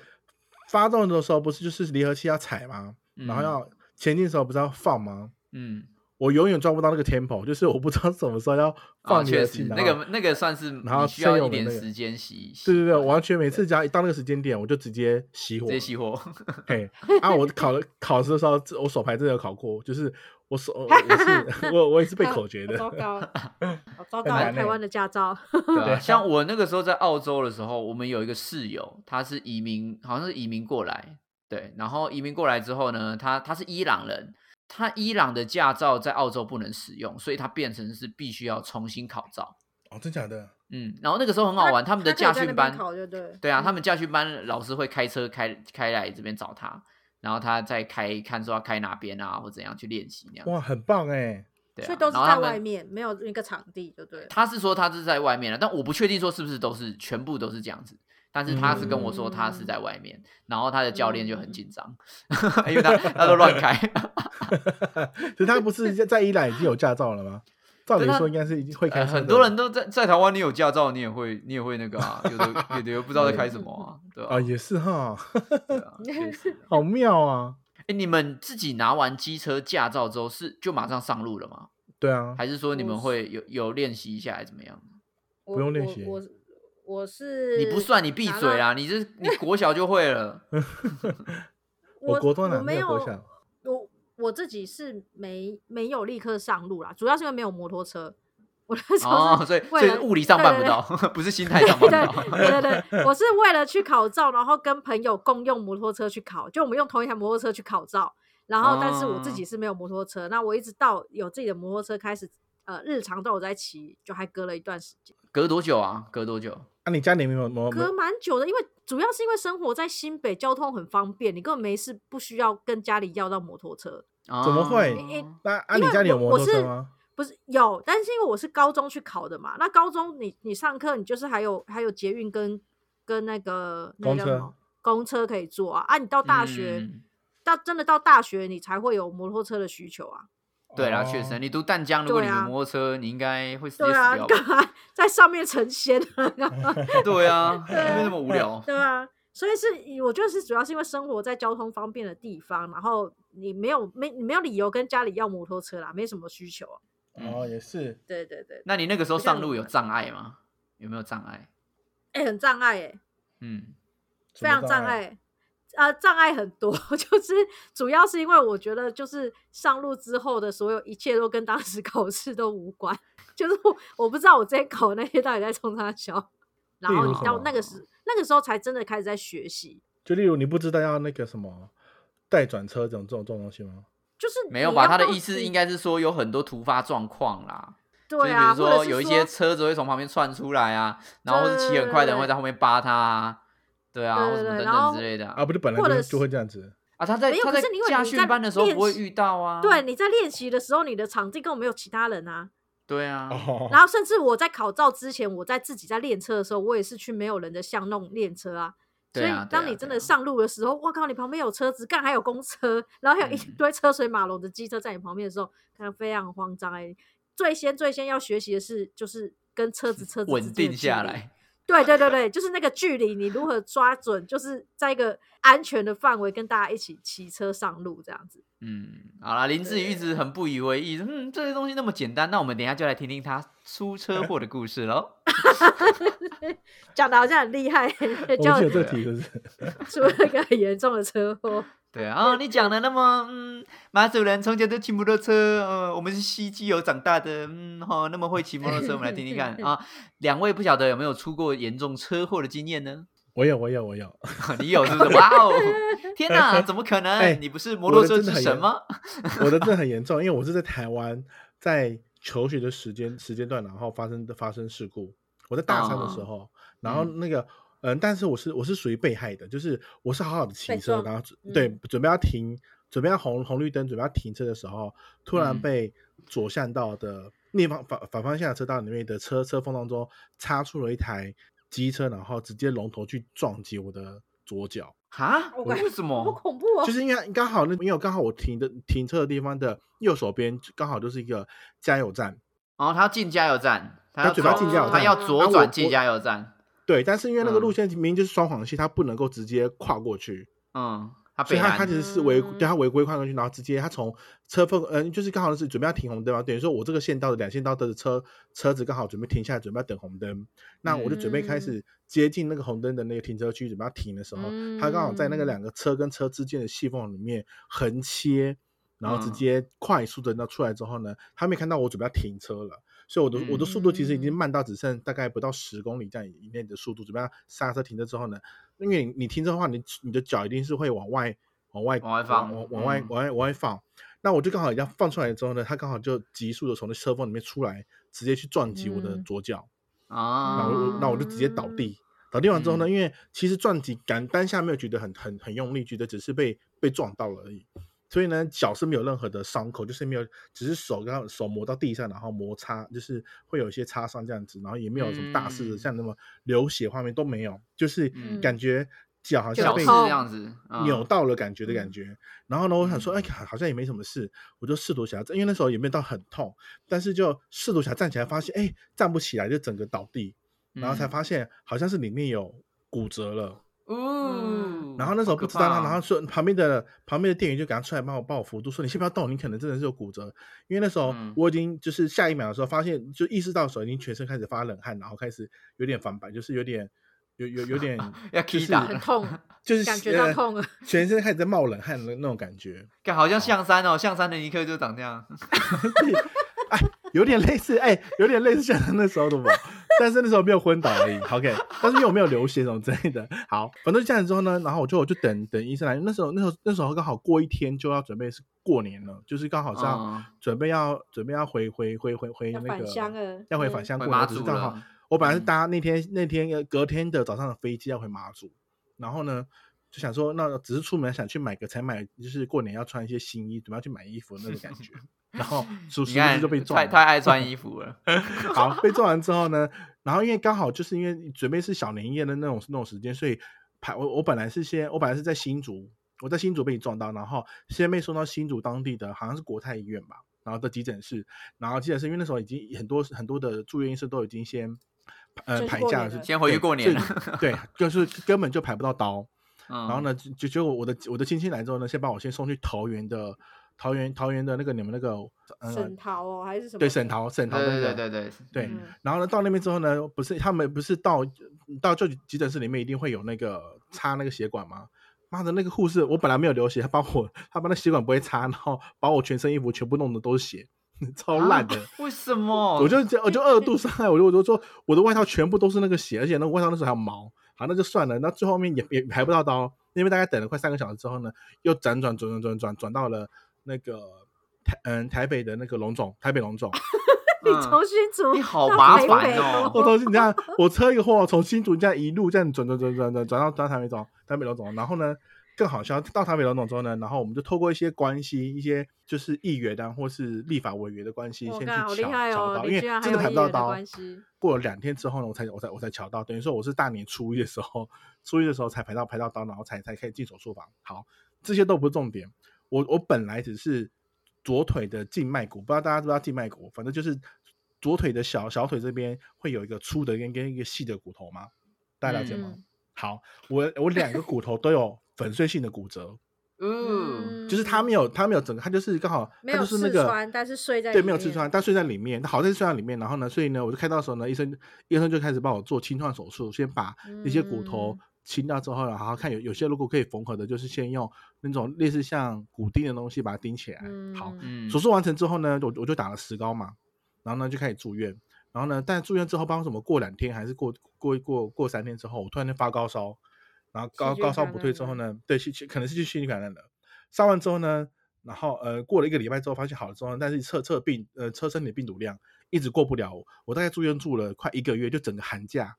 A: 发动的时候不是就是离合器要踩吗？
C: 嗯
A: 然后要前进的时候不是要放吗？
C: 嗯，
A: 我永远抓不到那个 tempo，就是我不知道什么时候要
C: 啊，
A: 放离
C: 确
A: 合
C: 实
A: 器，
C: 那
A: 然后
C: 个那个算是你
A: 然后
C: 需要
A: 车友
C: 一
A: 的
C: 点
A: 那个
C: 时间洗，习
A: 对对对，
C: 惯
A: 我完全每次只要一到那个时间点，我就直接熄火
C: 直
A: 了，
C: 接熄火，
A: 嘿，啊，我考了考试的时候，这我手牌真的有考过，就是我手我我 是我我也是被口诀的，
B: 糟 糕，好糟
A: 很
B: 糕！
A: 难
B: 台
A: 欸
B: 湾的驾照，
C: 对
A: 对
C: 啊，
A: 啊
C: 像我那个时候在澳洲的时候，我们有一个室友，他是移民，好像是移民过来，对，然后移民过来之后呢，他他是伊朗人，他伊朗的驾照在澳洲不能使用，所以他变成是必须要重新考照。
A: 哦，真假的？
C: 嗯，然后那个时候很好玩，他们的
B: 他可以
C: 驾
B: 在那边
C: 训班，
B: 考嗯就对。
C: 对啊，他们驾训班老师会开车开开来这边找他，然后他再开看说要开哪边啊，或怎样去练习那样。
A: 哇，很棒 哎，
B: 哦
C: 对啊，
B: 所以都是
C: 然后他
B: 在
C: 们
B: 外面，没有一个场地就对了。
C: 他是说他是在外面了，但我不确定说是不是都是全部都是这样子。但是他是跟我说他
B: 嗯
C: 是在外面，然后他的教练就很紧张， 因为他他都乱开。
A: 所以他不是在在伊朗已经有驾照了吗？照理
C: 对他
A: 说应该是已经会开
C: 呃
A: 车的、
C: 很多人都在在台湾，你有驾照，你也会你也会那个啊，有的有的又不知道在开什么啊，对吧、
A: 啊，也是哈，
C: 对啊 确实
A: 好妙啊，
C: 哎，你们自己拿完机车驾照之后是就马上上路了吗？
A: 对啊，
C: 还是说你们
B: 我是
C: 会有有练习一下，还是怎么样？
B: 我
A: 不用练习
B: 我我我是
C: 你不算，你闭
B: 拿
C: 嘴啊
B: 到！
C: 啦！你这你国小就会了，
A: 我国中
B: 我
A: 哪没
B: 没
A: 有
B: 有
A: 国小？
B: 我我自己是没没有立刻上路啦，主要是因为没有摩托车。我那时候
C: 哦，
B: 是
C: 所以所
B: 为
C: 以
B: 了
C: 物理上
B: 对
C: 办不
B: 对
C: 到，不是心态上办不到。
B: 对对对，我是为了去考照，然后跟朋友共用摩托车去考，就我们用同一台摩托车去考照。然后，但是我自己是没有摩托车，那我一直到有自己的摩托车开始，呃，日常都有在骑，就还隔了一段时间，
C: 隔多久啊？隔多久？
A: 啊，你家里面有没有没
B: 隔
A: 有？
B: 蛮久的。因为主要是因为生活在新北，交通很方便，你根本没事，不需要跟家里要到摩托车。
C: 啊
A: 怎么会
C: 哦
B: 诶
A: 那啊，
B: 因
A: 你
B: 为
A: 家里有
B: 我
A: 摩
B: 我
A: 托车
B: 是
A: 吗？
B: 不是有，但是因为我是高中去考的嘛，那高中你你上课你就是还有还有捷运跟跟那个那
A: 公
B: 叫什
A: 车
B: 么公车可以坐啊啊，你到大学、
C: 嗯
B: 到真的到大学你才会有摩托车的需求啊，
C: 对
A: 哦
C: 啦，确实，你读淡江，如果你
B: 对
C: 没
B: 啊
C: 摩托车，你应该会直接死
B: 对啊，
C: 掉吧
B: 你。干嘛在上面成仙啊？干嘛
C: 对啊，
B: 对啊
C: 没那么无聊。
B: 对啊，所以是以我觉得是主要是因为生活在交通方便的地方，然后你没有没你没有理由跟家里要摩托车啦，没什么需求、啊，
C: 嗯
A: 哦，也是，
B: 对对对，
C: 那你那个时候
B: 不像
C: 上路
B: 我
C: 有
B: 们
C: 障碍吗？有没有障碍？
B: 哎、很障碍哎、
C: 嗯，
A: 什
B: 非
A: 么
B: 常障
A: 碍。
B: 碍，呃，障碍很多， 就是主要是因为我觉得就是上路之后的所有一切都跟当时考试都无关， 就是我我不知道我之前考的那些到底在冲啥小，然
A: 例
B: 后
A: 如
B: 你
A: 什
B: 到
A: 么
B: 那个时那个时候才真的开始在学习，
A: 就例如你不知道要那个什么待转车这种这种这种东西吗？
B: 就是
C: 没有
B: 你
C: 吧？
B: 要
C: 他的
B: 到
C: 意思
B: 底
C: 应该是说有很多突发状况啦，
B: 对
C: 就是比
B: 啊，
C: 如
B: 或者
C: 说
B: 是
C: 有一些车子会从旁边窜出来啊，然后或是骑很快的人会在后面扒他啊，对啊，
B: 对
C: 或什么
B: 对
C: 等
B: 然
C: 等
B: 后
C: 之类的啊
A: 啊，。不是本来
B: 或
A: 就
B: 者
A: 是就会这样子。
C: 啊，他在
B: 没有
C: 他
B: 可
C: 在
B: 是你因为
C: 驾
B: 你
C: 训
B: 在
C: 班的时候
B: 练
C: 不会
B: 习
C: 遇到啊。
B: 对你在练习的时候，你的场地根本没有其他人啊。
C: 对啊，
A: 哦，
B: 然后甚至我在考照之前，我在自己在练车的时候，我也是去没有人的巷弄练车啊。所
C: 对
B: 以
C: 啊对啊
B: 当你真
C: 对啊
B: 的上路的时候，我靠，你旁边有车子，干还有公车，然后还有一
C: 嗯
B: 堆车水马龙的机车在你旁边的时候，看非常慌张哎、最先最先要学习的是，就是跟车 子车子之
C: 稳
B: 间的
C: 定
B: 距
C: 下
B: 离。
C: 来。
B: 对对对对，就是那个距离，你如何抓准，就是在一个安全的范围跟大家一起骑车上路这样子。
C: 嗯，好啦，林志宇一直很不以为意，嗯，这些东西那么简单，那我们等一下就来听听他出车祸的故事喽。
B: 讲的好像很厉害，
A: 我们
B: 叫
A: 是有这个
C: 啊
A: 题，是不是？
B: 出了一个很严重的车祸。
C: 对啊，哦你讲的那么，嗯，马祖人从小都骑摩托车，呃，我们是西基友长大的，嗯，哈、那么会骑摩托车，我们来听 听看啊。两位不晓得有没有出过严重车祸的经 验呢？
A: 我有，我有，我有。
C: 你有是不是？哇哦，天哪， 怎么可能？
A: 哎
C: 你不是摩托
A: 我
C: 车
A: 的真的
C: 之
A: 很
C: 神
A: 严
C: 吗？
A: 我的真的很严重，因为我是在台湾，在求学的时间时间段，然后发生发生事故。我在大三的时
C: 哦
A: 候，然后那个嗯、但是我是我是属于被害的，就是我是好好的骑
B: 被
A: 车，
B: 撞
A: 然后准
B: 嗯
A: 对准备要停，准备要红红绿灯，准备要停车的时候，突然
C: 嗯
A: 被左向道的逆方反反方向的车道里面的车车缝当中插出了一台机车，然后直接龙头去撞击我的左脚。
C: 哈，
B: 我
C: 为什
B: 好
C: 么？
B: 恐怖哦！
A: 就是因为刚好那因为刚好我停的停车的地方的右手边刚好就是一个加油站，
C: 然哦后他要进加油站，他
A: 他
C: 要
A: 准备要
C: 左
A: 进加油
C: 他
A: 站
C: 要
B: 啊
C: 左
A: 我
C: 转
A: 我
C: 进加油站，
A: 对，但是因为那个路
C: 嗯
A: 线明明就是双黄线，它不能够直接跨过去，
C: 嗯，他
A: 所
C: 被
A: 以它它
C: 拦
A: 其。实是违
B: 嗯
A: 对它违规跨过去，然后直接它从车缝嗯、就是刚好是准备要停红灯嘛，等于说我这个线道的两线道的车车子刚好准备停下来，准备要等红灯，那我就准备开
B: 嗯
A: 始接近那个红灯的那个停车区，准备要停的时候，它刚好在那个
B: 嗯
A: 两个车跟车之间的细缝里面横切，然后直
C: 嗯
A: 接快速的那出来之后呢，他没看到我准备要停车了，所以我的、我的速度其实已经
B: 嗯
A: 慢到只剩大概不到十公里这样以内的速度，准备要刹车停车之后呢，因为你你停车的话，你你的脚一定是会往外往外
C: 往外放
A: 往往外
C: 嗯
A: 往外往外放。那我就刚好要放出来之后呢，他刚好就急速的从那车缝里面出来，直接去撞击我的
B: 嗯
A: 左脚，那
C: 啊，
A: 我我那我就直接倒地。倒地完之后呢，
C: 嗯
A: 因为其实撞击感当下没有觉得很很很用力，觉得只是被被撞到了而已。所以呢，脚是没有任何的伤口，就是没有，只是手刚好手磨到地上，然后摩擦，就是会有一些擦伤这样子，然后也没有什么大事的，
C: 嗯
A: 像那么流血画面都没有，就是
C: 嗯
A: 感觉脚好像
C: 小
B: 脚
A: 被
C: 事
B: 痛
C: 这样子，嗯
A: 扭到了感觉的感
B: 嗯
A: 觉。然后呢，我想说，哎，
C: 嗯
A: 好像也没什么事，我就试图想要站，因为那时候也没有到很痛，但是就试图想要站起来，发现哎站不起来，就整个倒地，然后才
C: 嗯
A: 发现好像是里面有骨折了。
B: 嗯
C: 哦，
A: 然后那时候不知道
C: 好
A: 他，
C: 可怕
A: 然后说旁边的旁边的店员就赶快出来帮我帮我扶住，说你先不要动，你可能真的是有骨折。因为那时候
C: 嗯
A: 我已经就是下一秒的时候发现，就意识到的时候已经全身开始发冷汗，然后开始有点反白，就是有点有有有点
C: 要
A: 就
C: key
A: 是
C: 档
B: 很痛，
A: 就是
B: 感觉到
A: 呃
B: 痛了
A: 全身开始在冒冷汗的那种感觉，
C: 干好像象山哦，象山的尼克就长这样。
A: 哎，有点类似，哎，有点类似像那时候的我，但是那时候没有昏倒而已。OK，但是又没有流血什么之类的。好，反正就这样之后呢，然后我就我就等等医生来。那时候那时候那时候刚好过一天就要准备是过年了，就是刚好是要、
B: 哦
C: 嗯
A: 准备要准备要回回回回回
B: 要
A: 那
B: 返
A: 个
B: 乡了
A: 要回返
B: 嗯
A: 乡
C: 回
A: 过
C: 马
A: 年，只是
C: 祖
A: 刚好
C: 了
A: 我本来是
C: 嗯
A: 搭那天那天呃隔天的早上的飞机要回马祖，然后呢就想说，那只是出门想去买个才买，就是过年要穿一些新衣，准备要去买衣服的那种感觉。 然后殊殊不
C: 你
A: 知
C: 看
A: 就被撞
C: 太
A: 了，
C: 太爱穿衣 服了。
A: 好，被做完之后呢，然后因为刚好就是因为准备是小年夜的那种那种时间，所以排我我本来是先我本来是在新竹，我在新竹被你撞到，然后先被送到新竹当地的好像是国泰医院吧，然后的急诊室，然后急诊室因为那时候已经很多很多的住院医生都已经先呃
B: 先去
A: 排
B: 过
A: 假
B: 年
A: 了，
B: 了
C: 先回去
A: 对
C: 过年嗯
A: 所以 对，就是根本就排不到刀，
B: 嗯
C: 然
A: 然后？呢，就就结果我的我的亲戚来之后呢，先把我先送去桃园的桃园桃园的那个你们那个呃
B: 沈桃哦，还是什么？
A: 对沈，桃沈桃
C: 对
A: 的那
C: 对
A: 个
C: 对对对，
A: 对
C: 嗯
A: 然后呢，到那边之后呢，不是他们不是到到就急诊室里面一定会有那个插那个血管吗？妈的，那个护士我本来没有流血，他把我他把那血管不会插，然后把我全身衣服全部弄的都是血，超烂的。
C: 为什么？
A: 我就这我就二度伤害，我就我就说我的外套全部都是那个血，而且那个外套那时候还有毛，好那就算了。那最后面也也排不到刀，因为大概等了快三个小时之后呢，又辗转转转转转转到了那个台嗯台北的那个龙总，台北龙总。
B: 你
C: 嗯
B: 从新竹
C: 你好
B: 到
C: 麻
B: 北
C: 烦
B: 北
C: 哦
A: 我
B: 都
A: 从新这样，我车一个祸，从新竹这样一路这样转转转转转转到转到台北总，台北楼总，然后呢，更好笑，到台北楼总之后呢，然后我们就透过一些关系，一些就是议员啊，或是立法委员的关系，
B: 我
A: 先去
B: 看好厉
A: 抢
B: 害
A: 抢
B: 哦
A: 到，
B: 你
A: 因为
B: 居然还
A: 真的
B: 有
A: 排
B: 议
A: 不到
B: 员的
A: 刀
B: 关系。
A: 过了两天之后呢，我才我才我才抢到，等于说我是大年初一的时候， 初一的时候才排到排到刀，然后才才可以进手术房。好，这些都不是重点，我我本来只是左腿的静脉骨，不知道大家知不知道静脉骨，反正就是左腿的小小腿这边会有一个粗的跟跟一个细的骨头吗？大家了解吗？
B: 嗯
A: 好，我我两个骨头都有粉碎性的骨 折，
C: 嗯，
A: 就是它没有它没有整个，它就是刚好
B: 嗯没
A: 它
B: 有
A: 就是
B: 刺
A: 那个
B: 穿但是睡在
A: 对
B: 里
A: 没有刺
B: 面
A: 穿，但睡在里面，好在睡在里面，然后呢，所以呢，我就开刀的时候呢，医生医生就开始帮我做清创手术，先把那些骨头
B: 嗯
A: 清掉之后，然后看有有些如果可以缝合的，就是先用那种类似像骨钉的东西把它钉起来。哎好，
B: 嗯
C: 嗯
A: 手术完成之后呢，我我就打了石膏嘛，然后呢就开始住院，然后呢，但住院之后，不知道怎么过两天还是过过过过三天之后，我突然间发高烧，然后高
B: 细菌
A: 高烧
B: 感
A: 不
B: 染
A: 退之后
B: 了
A: 呢，对，细菌可能是去细菌感染了。上完之后呢，然后呃过了一个礼拜之后，发现好了之后，但是测测病呃测身体病毒量一直过不了我，我大概住院住了快一个月，就整个寒假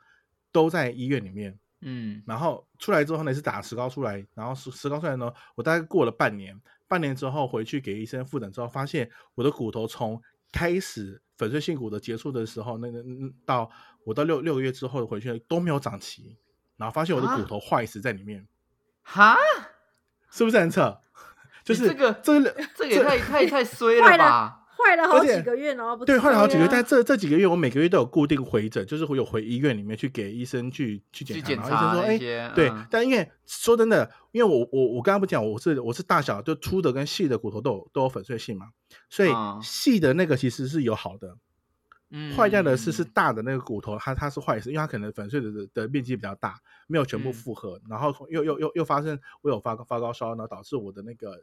A: 都在医院里面。
C: 嗯，
A: 然后出来之后呢是打石膏出来，然后石石膏出来呢，我大概过了半年，半年之后回去给医生复诊之后，发现我的骨头从开始粉碎性骨折结束的时候，那个嗯到我到六六个月之后回去都没有长齐，然后发现我的
C: 啊
A: 骨头坏死在里面，
C: 哈，
A: 是不是很扯？ 就
C: 你
A: 是
C: 这个
A: 这个
C: 这个也太太太衰
B: 坏
C: 了
B: 了
C: 吧？
B: 坏了好
A: 而且
B: 几个月，然后不
A: 对，
B: 知
A: 换了
B: 道
A: 好几个
C: 啊
A: 月，
B: 呀
A: 但这这几个月我每个月都有固定回诊，就是会有回医院里面去给医生去去检
C: 去
A: 查，
C: 检
A: 然后医
C: 查
A: 生说，哎、
C: 那些，
A: 对
C: 嗯，
A: 但因为说真的，因为我我我刚刚不讲，我是我是大小就粗的跟细的骨头都有都有粉碎性嘛，所以
C: 嗯
A: 细的那个其实是有好的，
C: 嗯
A: 坏掉的是是
C: 嗯
A: 大的那个骨头，它它是坏死，因为它可能粉碎的的的面积比较大，没有全部
C: 嗯
A: 复合，然后又又又又发生我有发高发高烧，然后导致我的那个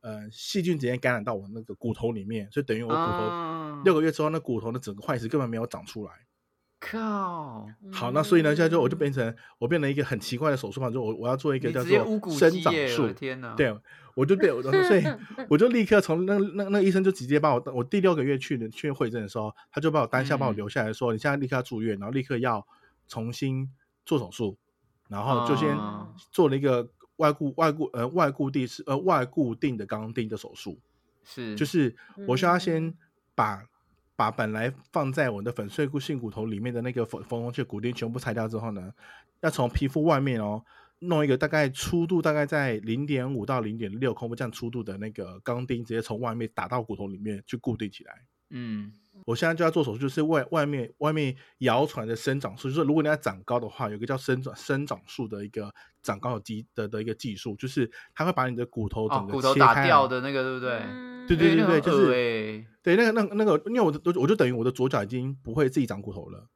A: 呃细菌直接感染到我那个骨头里面，所以等于我骨头
C: 啊
A: 六个月之后，那骨头的整个坏死根本没有长出来。
C: 靠，
A: 好，那所以呢，现在就我就
B: 嗯
A: 变成我变成一个很奇怪的手术嘛，就我我要做一个
C: 你
A: 叫
C: 直接无
A: 做
C: 骨
A: 生
C: 肌
A: 长
C: 耶！我
A: 术
C: 的，天啊哪，
A: 对，我就对，我
B: 嗯
A: 所 以我就立刻从那那那个医生就直接把我我第六个月去的去会诊的时候，他就把我当下把我
C: 嗯
A: 留下来说，你现在立刻要住院，然后立刻要重新做手术，然后就先
C: 哦
A: 做了一个外固外固呃外固定是呃外固定的钢钉的手术，
C: 是
A: 就是我需要先
B: 嗯
A: 把把本来放在我的粉碎骨性骨头里面的那个缝缝缝去骨钉全部拆掉之后呢，要从皮肤外面哦弄一个大概粗度大概在零点五到零点六公分这样粗度的那个钢钉，直接从外面打到骨头里面去固定起来。
C: 嗯
A: 我现在就要做手术，就是外外面外面谣传的生长术，就是如果你要长高的话，有一个叫生长生长术的一个长高的技的的一个技术，就是它会把你的骨头
C: 哦
A: 整，
C: 骨
A: 个
C: 头
A: 切
C: 打
A: 开来、
C: 掉的那个，对不对？
B: 嗯
A: 对对
C: 哎
A: 对
C: 那
A: 对，
C: 很
A: 就
C: 恶
A: 是
C: 欸
A: 对，那个、那个、那个，因为我的我就我就等于我的左脚已经不会自己长骨头了，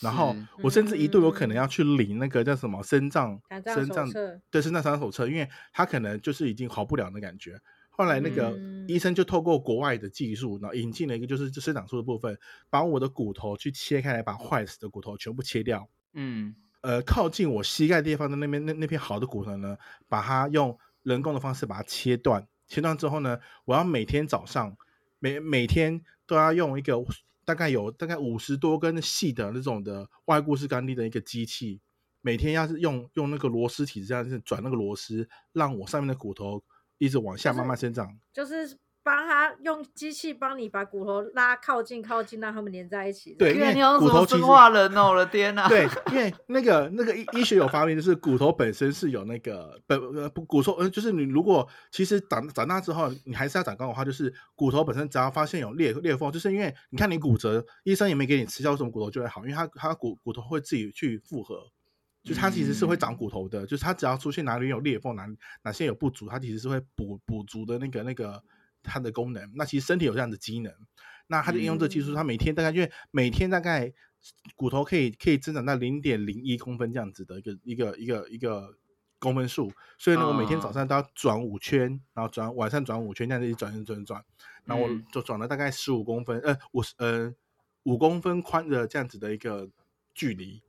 A: 然后
C: 是
A: 我甚至一度有可能
B: 嗯
A: 要去领那个叫什么身障
B: 残障
A: 身
B: 手
A: 障
B: 册
A: 对身障伤手册，因为他可能就是已经好不了的感觉。后来那个
B: 嗯
A: 医生就透过国外的技术，然后引进了一个就是生长素的部分，把我的骨头去切开来，把坏死的骨头全部切掉。
C: 嗯
A: 呃，靠近我膝盖地方的那边那那片好的骨头呢，把它用人工的方式把它切断。切断之后呢，我要每天早上每每天都要用一个大概有大概五十多根细的那种的外固式钢钉的一个机器，每天要是用用那个螺丝体这样子转那个螺丝，让我上面的骨头一直往下慢慢生长。
B: 就是帮他用机器帮你把骨头拉靠近靠近，让他们连在一起。
A: 对
C: 居
A: 因为
C: 然你要
A: 骨
C: 怎么
A: 头其
C: 生
A: 实
C: 化人哦，我的天哪！
A: 对，因为那个那个医医学有发明，就是骨头本身是有那个本呃不骨头呃，就是你如果其实长长大之后，你还是要长高的话，就是骨头本身只要发现有裂裂缝，就是因为你看你骨折，医生也没给你吃药，什么骨头就会好，因为它它骨骨头会自己去复合。就是它其实是会长
C: 嗯
A: 骨头的，就是它只要出现哪里有裂缝，哪里哪些有不足，它其实是会补补足的那个那个它的功能。那其实身体有这样的机能，那它就应用这个技
C: 嗯
A: 术，它每天大概因为每天大概骨头可以可以增长到零点零一公分这样子的一个一个一个一个公分数，所以呢，我每天早
C: 嗯
A: 上都要转五圈，然后转晚上转五圈，这样子一直转一直转一直转，然后我
C: 嗯
A: 就转了大概十五公分，呃，我是呃五公分宽的这样子的一个距离，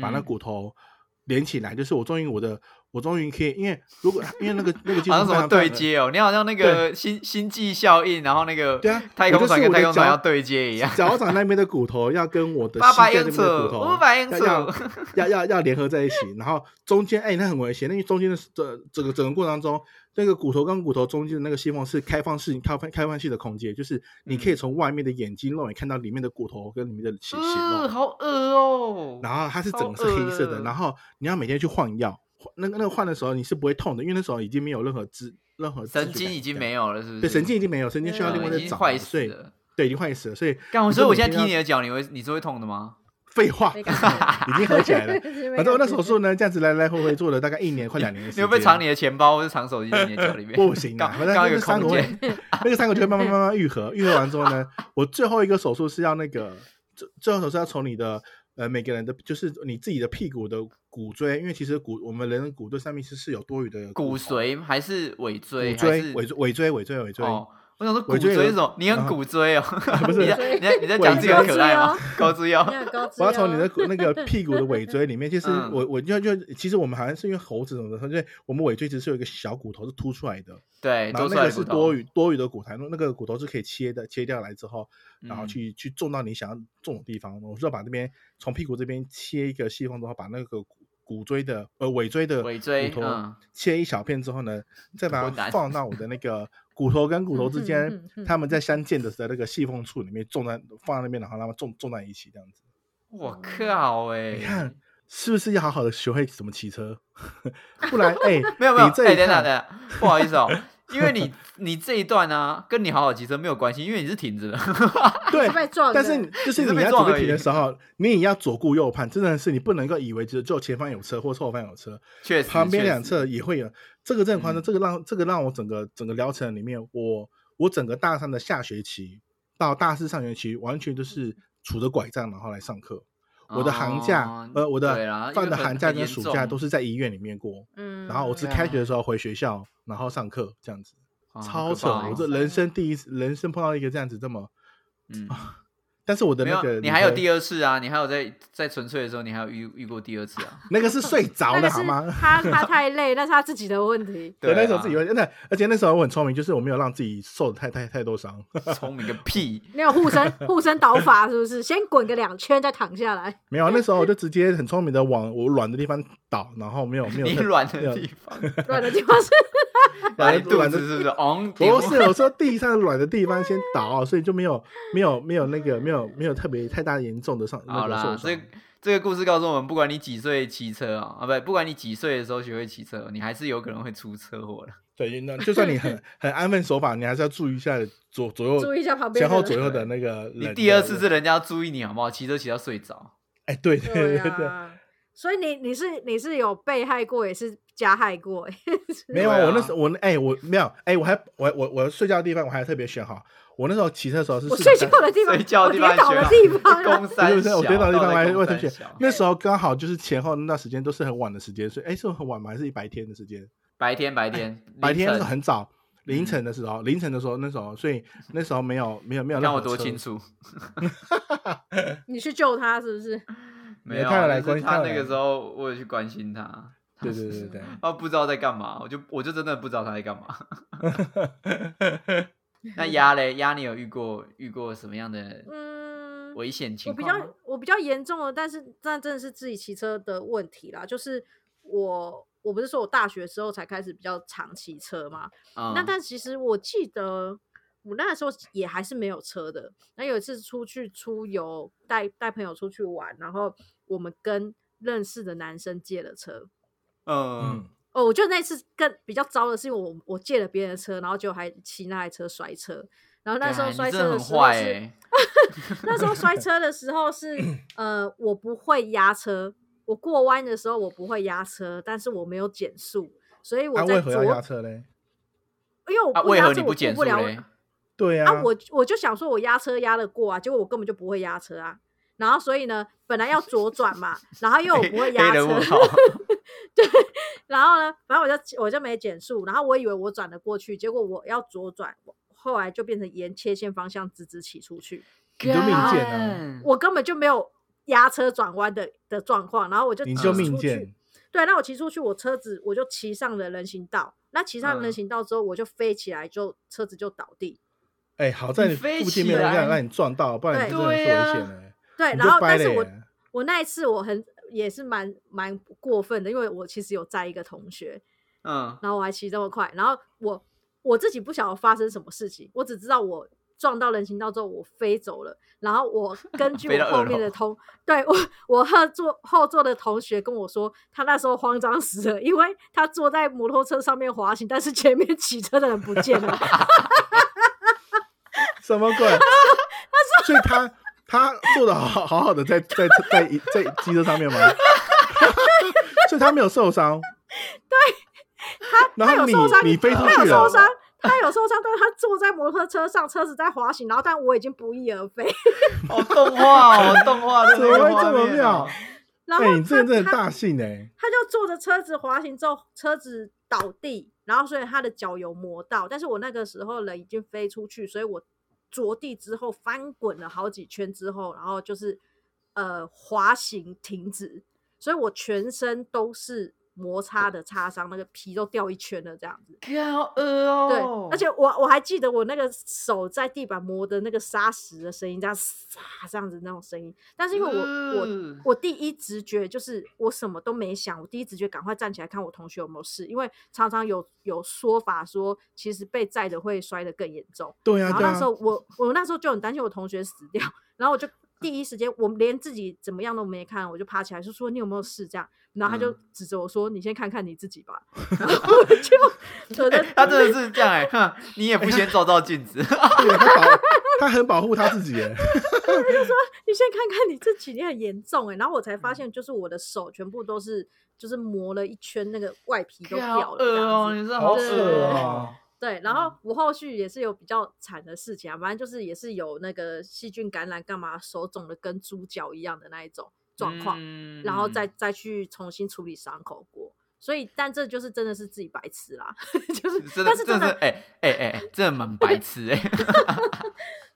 A: 把那
C: 嗯
A: 骨头连起来，就是我终于我的我终于可以，因为如果因为那个那个技术
C: 好像什
A: 非
C: 么
A: 常非
C: 对
A: 常的
C: 接哦，你好像那个星星际效应，然后那个
A: 对啊
C: 太
A: 我
C: 空
A: 就是
C: 船跟
A: 我的
C: 太空船
A: 脚
C: 要对接一样。
A: 脚掌那边的骨头要跟我的
C: 八
A: 膝盖
C: 百
A: 那
C: 英
A: 边
C: 尺，
A: 的骨头哦
C: 五百英尺，
A: 要要要要 要联合在一起，然后中间哎、那很危险，那中间的这整个整个过程当中，那个骨头跟骨头中间的那个细缝是开放式开放开放式的空间，就是你可以
C: 嗯
A: 从外面的眼睛肉眼看到里面的骨头跟里面的血血
C: 呃，
A: 肉，
C: 好恶哦。
A: 然后它是整个是
C: 好
A: 黑色的，
C: 恶
A: 然后你要每天去换药，换那个那个换的时候你是不会痛的，因为那时候已经没有任何知任何知觉
C: 神经
A: 感
C: 已经
A: 觉
C: 没有了，是不是？
A: 对神经已经没有，神经需要
C: 嗯
A: 另外
C: 已
A: 再
C: 经
A: 长
C: 坏
A: 了，所
C: 死
A: 以
C: 了。
A: 对已经坏死了，所以
C: 干，我
A: 你
C: 所以
A: 根
C: 我
A: 本
C: 现
A: 就
C: 在踢
A: 要
C: 你的脚，你会你是会痛的吗？
A: 废话
B: 没感觉
A: 已经合 起来 了。反正我那时候，
B: 没感觉
A: 说呢，这样子来来回回做了大概一年，快两年的时
C: 你
A: 间。
C: 会不会藏你的钱包或者藏手机在你的脚里 面？
A: 不行
C: 刚
A: 啊，反正
C: 刚
A: 那
C: 好有
A: 个
C: 个
A: 伤口
C: 空
A: 会
C: 间。，
A: 那个伤口就会慢慢慢慢愈合，愈合完之后呢，我最后一个手术是要那个最最后手术要从你的呃每个人的就是你自己的屁股的骨椎，因为其实骨我们人的骨椎上面是是有多余的
C: 骨
A: 头、
C: 髓还是尾椎？
A: 骨
C: 还
A: 椎、
C: 是
A: 尾椎、尾椎、尾椎、尾椎。
C: 哦，我想说骨
A: 尾椎
C: 椎
A: 有
C: 是什么？你很
A: 啊
C: 骨椎哦，
A: 不是
C: 你在你在你在讲自己很可 爱吗？
A: 啊
C: 高之腰
B: 没，感觉高知
A: 我要从你的
B: 哦
A: 骨那个屁股的尾椎 里面，其实
C: 嗯
A: 我我就就其实我们好像是因为猴子什么的，因为我们尾椎只是有一个小骨头是凸出来的，
C: 对，
A: 然后
C: 多出
A: 那
C: 来
A: 个
C: 的骨
A: 是
C: 头啊
A: 多余多余的骨头，那那个骨头是可以切的，切掉来之后，然后
C: 嗯
A: 去、去种到你想要种的地方。我就要把这边从屁股这边切一个细缝之后，把那个骨骨椎的呃尾椎的
C: 尾椎
A: 骨头、
C: 嗯
A: 切一小片之后呢，再把
C: 混
A: 它
C: 蛋
A: 放到我的那个骨头跟骨头之
B: 嗯嗯
A: 间
B: 嗯，嗯
A: 他们在相间的时候那个细缝处里面种在放在那边，然后让它们种种在一起这样子。
C: 我靠哎、
A: 你看是不是要好好的学会怎么骑车？ 不然哎，
C: 没有没有，
A: 你这
C: 哎、
A: 一
C: 等等
A: 趟
C: 等等，不好意 思哦，因为你你这一段呢、跟你好好骑车没有关系，因为你是挺着的，
A: 对
B: 是，被撞的，
A: 但是你就是
C: 你是
A: 你
C: 被
A: 要
C: 撞
A: 准备
C: 而
A: 停的
C: 已
A: 时候，你也要左顾右盼，真的是你不能够以为只有只有前方有车或是后方有车，
C: 确实，
A: 旁边
C: 确
A: 两
C: 实
A: 侧也会有。这个真的夸张，
C: 嗯
A: 这个让这个让我整个整个疗程里面，我我整个大三的下学期到大四上学期，完全都是拄着拐杖然后来上课。我的寒假，
C: 哦
A: 呃，我
C: 对啦
A: 的
C: 因
A: 放
C: 为
A: 的
C: 很
A: 寒假
C: 很
A: 跟
C: 严
A: 暑假都
C: 重
A: 是在医院里面过，
B: 嗯，
A: 然后我是
C: 对
A: 开
C: 啊
A: 学的时候回学校，然后上课这样子，
C: 哦
A: 超扯！
C: 好可怕
A: 我
C: 哦
A: 这人生第一次，人生碰到一个这样子这么，
C: 嗯，
A: 但是我 的
C: 没
A: 那
C: 有，
A: 个
C: 你还有
A: 的
C: 第二次啊，你还有在在纯粹的时候，你还有遇遇过第二 次啊，
A: 那个是睡着
B: 那个
A: 了
B: 是
A: 好吗？
B: 他他太累，那是他自己的问题。
A: 对，那时候
C: 啊
A: 自己有那，而且那时候我很聪明，就是我没有让自己受太太太多伤。
C: 聪明个屁，
B: 那有护身 护身倒法是不是？先滚个两圈再躺下来，
A: 没有，那时候我就直接很聪明的往我软的地方倒，然后没有没有
C: 你
A: 特
C: 软
A: 没
C: 的
A: 有
C: 地方，
B: 软的地方是
C: 把 你
A: 软的
C: 肚
A: 软
C: 子
A: 的
C: 是不是 on？
A: 不是，啊我说地上软的地方先倒，啊所以就没有没有没有那个没有没有特别太大严重的伤那
C: 好
A: 个
C: 啦
A: 受，
C: 这
A: 伤
C: 个。这个故事告诉我们，不管你几岁骑车啊，啊不，不管你几岁的时候学会骑车，你还是有可能会出车祸的。
A: 对，那就算你很 很安分守法，你还是要注意一下左左右
B: 注意一下旁边
A: 前
B: 的
A: 后
B: 人
A: 左右的那个人的。
C: 你第二次是人家要注意你好不好？骑车骑到 睡着，
A: 哎，对对
B: 对
A: 对对，
B: 啊，所以你你是你是有被害过，也是加害过，欸
A: 没有，
C: 对
A: 我那
C: 啊
A: 时候我那哎、我没有哎、我还我我我睡觉的地方我还特别选好，我那时候骑车的时候是
B: 我
A: 是
B: 睡
A: 在
B: 觉的地方，
C: 睡觉
B: 我
C: 的地
B: 跌
C: 方
B: 倒
C: 选
B: 的
C: 好
B: 地方啊，
C: 公三
A: 对对，
C: 小，
A: 我跌倒的地方还
C: 还
A: 会出现。那时候刚好就是前后那时间都是很晚的时间，所以哎，是很晚吗？还是一白天的时间？
C: 白天白天
A: 白天那
C: 凌
A: 个
C: 晨嗯
A: 很早，凌晨的时候，凌晨的时候那时候，所以那时候没有没有没有
C: 你
A: 任
C: 看
A: 何
C: 我多
A: 车
C: 清楚，
B: 你去救他是不是？
C: 没
A: 你
C: 有
A: 看
C: 啊，
A: 来
C: 但
A: 关
C: 是
A: 心
C: 他
A: 他
C: 那
A: 来
C: 个时候我有去关心他，
A: 对对对对对。
C: 他不知道在干嘛，我就我就真的不知道他在干嘛。 嗯那鸭嘞，鸭你有遇过遇过什么样的
B: 嗯，
C: 危险
B: 我
C: 情
B: 比
C: 况吗？
B: 较我比较严重的，但是但真的是自己骑车的问题啦。就是我我不是说我大学之后才开始比较常骑车嘛，
C: 嗯
B: 那但其实我记得我那时候也还是没有车的。那有一次出去出游，带带朋友出去玩，然后我们跟认识的男生借了车。
C: 嗯
A: 嗯，
B: 哦，我觉得那次更比较糟的是，因为我我借了别人的车，然后结果还骑那台车摔车。然后那时候
C: 干
B: 摔
C: 你
B: 车
C: 真
B: 的
C: 的很
B: 时候
C: 坏
B: 是，
C: 欸
B: 那时候摔车的时候 是，呃，我不会压车，我过弯的时候我不会压车，但是我没有减速，所以
A: 那
B: 我在
A: 为
B: 左
A: 何，要压车嘞？
B: 因为我
C: 啊，
B: 不
C: 为
B: 压
C: 何
B: 车
C: 你
B: 我过
C: 减
B: 不
C: 速
B: 了
C: 嘞？
A: 对呀，
B: 啊，我我就想说，我压车压得过啊，结果我根本就不会压车啊。然后所以呢，本来要左转嘛，然后因为我不 会
C: 黑
B: 压
C: 人
B: 车，
C: 问号
B: 对，然后呢，反正我就我就没减速，然后我以为我转得过去，结果我要左转，后来就变成沿切线方向直直骑出去，
A: 你就命贱啊
C: 干
B: 我根本就没有压车转弯的的状况，然后我就
A: 你
B: 骑
A: 就
B: 出
A: 命
B: 去
A: 贱，
B: 对，那我骑出去，我车子我就骑上了人行道，那骑上人
C: 嗯
B: 行道之后，我就飞起来，就车子就倒地，
A: 哎，好在
C: 你
A: 你
C: 飞
A: 附
C: 起
A: 近没有人
C: 来
A: 让让你撞到，不然你真
B: 对
A: 的是危
C: 对啊
A: 险嘞。
B: 对，
A: 你
B: 然
A: 就
B: 后
A: 掰
B: 但
A: 了
B: 是我
A: 耶。
B: 我那一次我很也是蛮蛮过分的，因为我其实有载一个同学，
C: 嗯，
B: 然后我还骑这么快，然后我我自己不晓得发生什么事情，我只知道我撞到人行道之后我飞走了，然 后我根据
C: 飞
B: 我
C: 到
B: 后
C: 二
B: 面的
C: 楼
B: 同对我我后座后座的同学跟我说，他那时候慌张死了，因为他坐在摩托车上面滑行，但是前面骑车的人不 见了，
A: 什么鬼？所以他他做的好好好的在在在在机车上面吗？ 所以他没有受伤。对，
B: 他
A: 然后
B: 有
A: 你
B: 受伤，
A: 你飞出
B: 他有
A: 去
B: 受
A: 了，
B: 伤。他有受伤，但是他坐在摩托车上，车子在滑行，然后但我已经不翼而飞。
C: 好动画哦，动画，哦
A: 怎么会这么 妙？
B: 然后
A: 哎，你
B: 他
A: 这真的
B: 他
A: 大幸哎、
B: 他就坐着车子滑行之后，车子倒地，然后所以他的脚有磨到，但是我那个时候人已经飞出去，所以我着地之后翻滚了好几圈之后，然后就是呃滑行停止，所以我全身都是摩擦的擦伤，那个皮都掉一圈了这样子。
C: 看好恶哦！
B: 对，而且我我还记得我那个手在地板磨的那个砂石的声音，这样沙这样子那种声音。但是因为我、
C: 嗯
B: 我我第一直觉就是我什么都没想，我第一直觉赶快站起来看我同学有没有事，因为常常有有说法说其实被载的会摔得更严重。
A: 对呀、啊、
B: 然后
A: 对
B: 那时候
A: 啊，
B: 我我那时候就很担心我同学死掉，然后我就第一时间我连自己怎么样都没看，我就爬起来就说你有没有事这样，然后他就
C: 嗯
B: 指着我说你先看看你自己 吧，然后我就我的
C: 欸他真的是这样哎、哼，你也不先照照镜 子，
A: 对，他保他很保护他自己哎、
B: 你先看看你这几天很严重哎、然后我才
C: 嗯
B: 发现，就是我的手全部都是，就是磨了一圈，那个外皮都
C: 好
B: 掉了这
C: 恶哦，
B: 样子。
C: 你是好
A: 对
C: 恶哦，
B: 对，然后我后续也是有比较惨的事情啊，反正就是也是有那个细菌感染，干嘛手肿的跟猪脚一样的那一种状况，
C: 嗯
B: 然后再再去重新处理伤口过。所以，但这就是真的是自己白痴啦， 就是，
C: 真的
B: 但是真的
C: 的是，哎哎哎，欸真的蛮白痴 哎、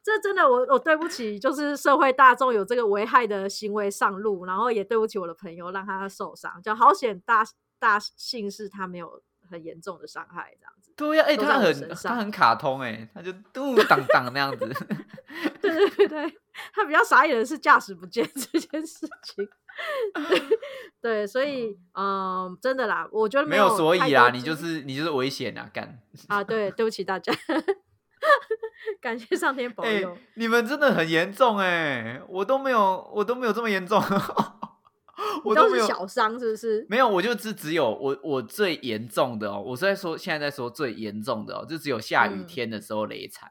B: 这真的我我对不起，就是社会大众有这个危害的行为上路，然后也对不起我的朋友，让他受伤。就好险大大幸是他没有很严重的伤害，这样子。
C: 对呀、哎、
B: 都在
C: 他
B: 我
C: 很
B: 身上
C: 他很卡通哎、他就 嘟当当那样子，
B: 对对对 对，他比较傻眼的是驾驶不见这件事情。 对，所以嗯、真的啦，我觉得
C: 哦没
B: 有
C: 有所
B: 太
C: 以
B: 多
C: 啦，你
B: 经
C: 就是你就是危险啊，干。
B: 啊，对，对不起大家， 感谢上天保
C: 哎、
B: 佑。
C: 你们真的很严重哎、我都没有，我都没有这么严重， 我
B: 都
C: 没
B: 是
C: 有
B: 小伤，是不是？
C: 没有，我就只只有我我最严重的哦，我是在说现在在说最严重的哦，就只有下雨
B: 嗯
C: 天的时候雷惨，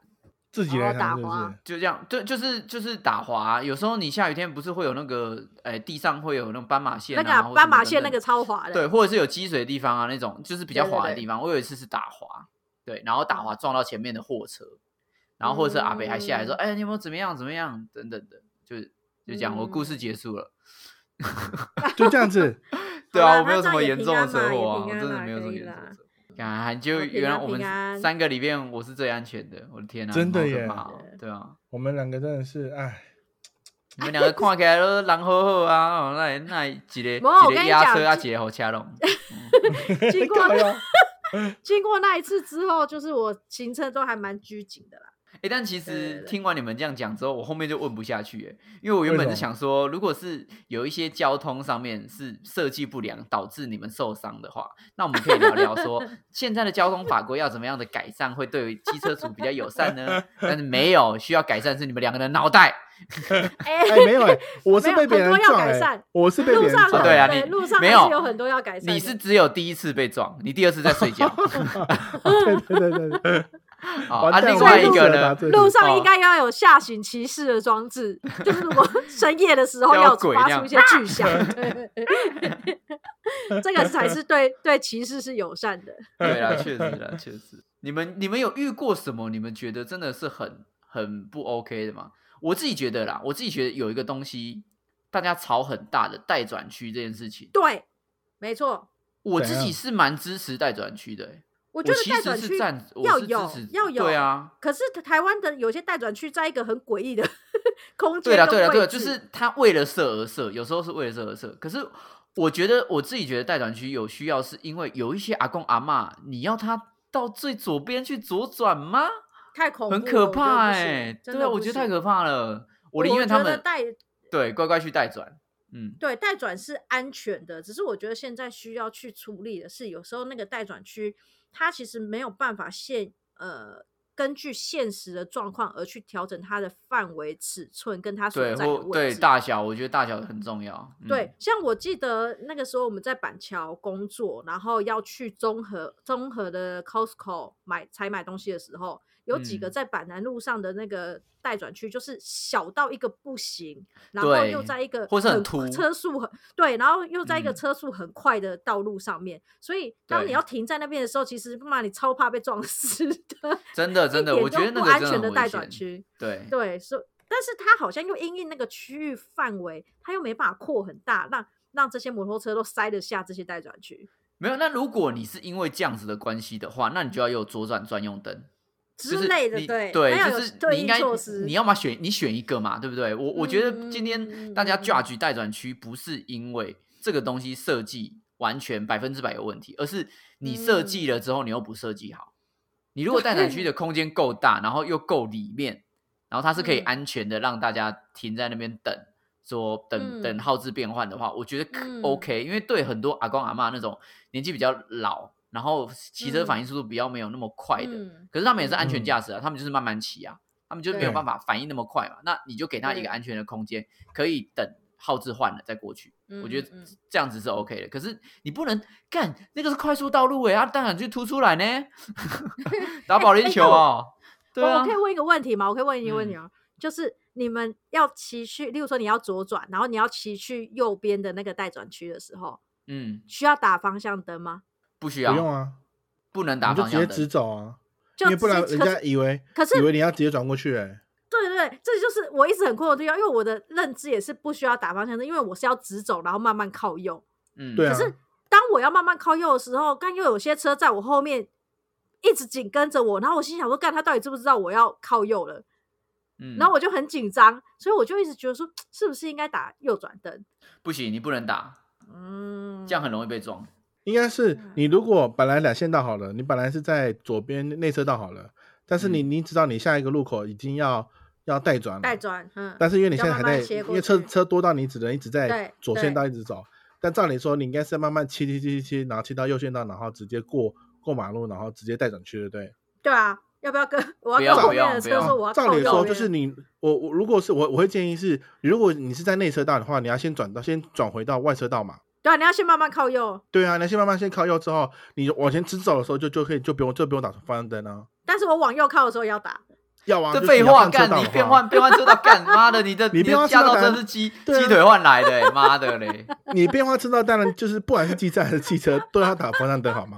A: 自己来
B: 打
A: 谈是不
B: 滑
A: 是？
C: 就这样，就就是就是打滑，啊有时候你下雨天不是会有那个，哎，地上会有那种斑马线、
B: 那
C: 啊，
B: 个啊
C: 或什么
B: 斑马
C: 等
B: 线那
C: 等
B: 个超滑的，
C: 对，或者是有积水的地方啊，那种就是比较
B: 对对嗯
C: 滑的
B: 对
C: 地方。我有一次是打滑，对，然后打滑撞到前面的货车，然后或者是阿北还下来说：“
B: 嗯
C: 哎、你有没有怎么样怎么样等等的，就就这样，我故事结束了。
A: 就这样子，
B: 嗯
C: 对
B: 好
C: 啊，
B: 啦
C: 我没有
B: 那这
C: 什
B: 样
C: 么
B: 也
C: 严
B: 平
C: 重的
B: 安
C: 车
B: 嘛也
C: 祸啊，我
B: 平安
C: 真的
B: 嘛
C: 没有什么
B: 可以
C: 严重的
B: 啦
C: 车祸。感就
B: 好平
C: 原来
B: 安
C: 我
B: 平
C: 们
B: 安
C: 三个里面我是最安全的，我的天啊，
A: 真的
C: 好可
A: 耶
C: 怕哦对啊，
A: 我们两个真的是，哎，
C: 你们两个看起来都人好好啊，哦那那一个一
B: 没有我
C: 个
B: 跟你
C: 压
B: 讲
C: 车啊，
B: 这
C: 一个好车龙，
B: 经过
A: 对啊，
B: 经过那一次之后，就是我行程都还蛮拘谨 的啦。
C: 哎、但其
B: 对对
C: 实
B: 对
C: 听完你们这样讲之后，我后面就问不下去耶，因为我原
A: 为
C: 本
A: 什
C: 是
A: 么
C: 想说，如果是有一些交通上面是设计不良导致你们受伤的话，那我们可以聊聊 说现在的交通法规要怎么样的改善，会对机车族比较友善呢？但是没有，需要改善是你们两个的脑袋。
B: 哎、
A: 哎，没有哎，我是
B: 没
A: 被
B: 有
A: 别人
B: 很多要
A: 撞
B: 改
A: 哎
B: 善，
A: 我是被别
B: 路
A: 人
B: 上
A: 撞
C: 啊
A: 哎，
C: 对啊
B: 对
C: 你
B: 路上
C: 没
B: 还
C: 有
B: 是有很多要改善的。
C: 你是只有第一次被撞，你第二次在睡 觉。
A: 对对对对对，
C: 好
A: 完
C: 啊，
A: 蛋
C: 另
A: 我
C: 外
B: 也
C: 一
B: 是
C: 个
A: 了答
C: 呢
A: 对，
B: 路上
C: 哦
B: 应该要有下行骑士的装置，就是如果深夜的时 候
C: 要
B: 要
C: 鬼
B: 发
C: 那样
B: 出一些巨响，对 这个才是对 对骑士是友善的。
C: 对啦，确实啦，确实。你们你们有遇过什么？你们觉得真的是很很不 OK 的吗？我自己觉得啦，我自己觉得有一个东西大家吵很大的待转区这件事情，
B: 对，没错，
C: 我
A: 怎
C: 自己
A: 样
C: 是蛮支持待转区的欸、
B: 我
C: 我
B: 觉得
C: 其
B: 待
C: 实
B: 转
C: 是
B: 区
C: 赞我
B: 要
C: 是支
B: 有
C: 持
B: 要有
C: 对啊，
B: 可是台湾的有些待转区在一个很诡异的 空间
C: 对
B: 跟
C: 啦
B: 位置，
C: 对啦对啦，就是他为了色而色，有时候是为了色而色。可是我觉得我自己觉得待转区有需要，是因为有一些阿公阿嬷，你要他到最左边去左转吗？
B: 太恐怖哦了，
C: 很可怕哎、
B: 哎、真
C: 对
B: 的
C: 啊，我
B: 不
C: 觉得太
B: 行
C: 可怕了。我宁愿他
B: 觉得
C: 们
B: 带
C: 对乖乖去代转，嗯，
B: 对待转是安全的，只是我觉得现在需要去处理的是，有时候那个待转区它其实没有办法现呃根据现实的状况而去调整它的范围、尺寸跟它所
C: 对
B: 在的
C: 或
B: 位
C: 对
B: 置。
C: 大小，我觉得大小很重要。嗯、
B: 对，像我记得那个时候我们在板桥工作，然后要去综合综合的 Costco 买采买东西的时候，有几个
C: 嗯
B: 在板南路上的那个待转区，就是小到一个不行，然后
C: 对
B: 又在一个
C: 或是很
B: 很
C: 凸
B: 车速很对，然后又在一个
C: 嗯
B: 车速很快的道路上面，所以当
C: 对
B: 你要停在那边的时候，其实妈你超怕被撞死的，
C: 真的真
B: 一
C: 的，
B: 点
C: 我
B: 都
C: 觉得那
B: 不
C: 个
B: 安
C: 真
B: 全
C: 很
B: 的
C: 危
B: 待转
C: 险。
B: 区。
C: 对
B: 对，所以但是它好像又因应那个区域范围，它又没办法扩很大，让让这些摩托车都塞得下这些待转区
C: 没有。那如果你是因为这样子的关系的话，那你就要有左转专用灯。就
B: 之
C: 是
B: 类的，
C: 你
B: 对，
C: 对，
B: 它要
C: 就
B: 有
C: 是
B: 对
C: 你应
B: 应
C: 该
B: 措施，
C: 你要么选你选一个嘛，对不对？我我觉得
B: 嗯
C: 今
B: 嗯
C: 天
B: 嗯
C: 大家
B: 嗯嗯
C: judge 待转区不是因为这个东西设计完全百分之百有问题，而是你设
B: 嗯
C: 计了之后你又不设计好。你如果待转区的空间够大，然后又够里面，然后它是可以
B: 嗯
C: 安全的让大家停在那边等，说等
B: 嗯
C: 等号志变换的话，我觉得可
B: 嗯
C: OK，因为对很多阿公阿嬷那种年纪比较老，然后骑车反
B: 嗯
C: 应速度比较没有那么快的，
B: 嗯
C: 可是他们也是安全
A: 嗯
C: 驾驶啊，他们就是慢慢骑啊，他们就是没有
A: 对
C: 办法反应那么快嘛。那你就给他一
B: 对
C: 个安全的空间，可以等号志换了再过去。
B: 嗯
C: 我觉得
B: 嗯嗯
C: 这样子是 OK 的。可是你不能干那个是快速道路哎、欸，啊，当然就突出 来呢，打保龄球
A: 哎
C: 哦。对
B: 我
C: 啊嗯
B: 我可，以问一个问题吗？我可以问一个问题吗？就是你们要骑去，例如说你要左转，然后你要骑去右边的那个待转区的时候，
C: 嗯，
B: 需要打方向灯吗？
C: 不需
A: 不
C: 要，
A: 用啊，
C: 不能打
A: 你就
C: 方
A: 直接
C: 向
A: 直
C: 灯。
A: 走啊，
B: 就
A: 因为不然
B: 直接
A: 人
B: 可是
A: 家以为
B: 可是
A: 以为你要直接转过去哎，
B: 对对对，这就是我一直很困惑的地方，因为我的认知也是不需要打方向灯，因为我是要直走，然后慢慢靠右。
C: 嗯，
A: 对
B: 可
A: 啊，
B: 是当我要慢慢靠右的时候，干又有些车在我后面一直紧跟着我，然后我心想说，干他到底知不知道我要靠右了？
C: 嗯，
B: 然后我就很紧张，所以我就一直觉得说，是不是应该打右转灯？
C: 不行，你不能打，
B: 嗯，
C: 这样很容易被撞。
A: 应该是你如果本来两线道好了，你本来是在左边内车道好了，但是你你知道你下一个路口已经要要带转了，
B: 嗯带转，嗯，
A: 但是因为你现在
B: 要
A: 还
B: 慢慢
A: 在，
B: 切
A: 因
B: 过
A: 为车
B: 去
A: 车多到你只能一直在
B: 对
A: 左线道一直走，但照理说你应该是慢慢切切切切切，然后切到右线道，然后直接过过马路，然后直接带转去，对不对？
B: 对啊，要不要跟我
C: 不
B: 要
C: 要
B: 跟后
C: 不要
B: 面的
C: 不
B: 车
C: 要
B: 说我要
A: 啊照
B: 靠
A: 理
B: 右？
A: 说就是你我我如果是我我会建议是，如果你是在内车道的话，你要先转到先转回到外车道嘛。
B: 对啊，你要先慢慢靠右，
A: 对啊，你先慢慢先靠右之后，你往前直走的时候就就可以就不用就不用打方向灯啊。
B: 但是我往右靠的时候要打。
A: 要啊，
C: 这
A: 就是
C: 废
A: 你要
C: 话，
A: 换车
C: 干
A: 道
C: 你
A: 的
C: 变
A: 话，
C: 换变换车道，干妈的，你的
A: 你变
C: 的
A: 换
C: 驾
A: 车道
C: 到真
A: 当
C: 是鸡
A: 对啊
C: 鸡腿换来的欸，妈的嘞！
A: 你变换车道当然就是不管是机车还是汽车都要打方向灯好吗？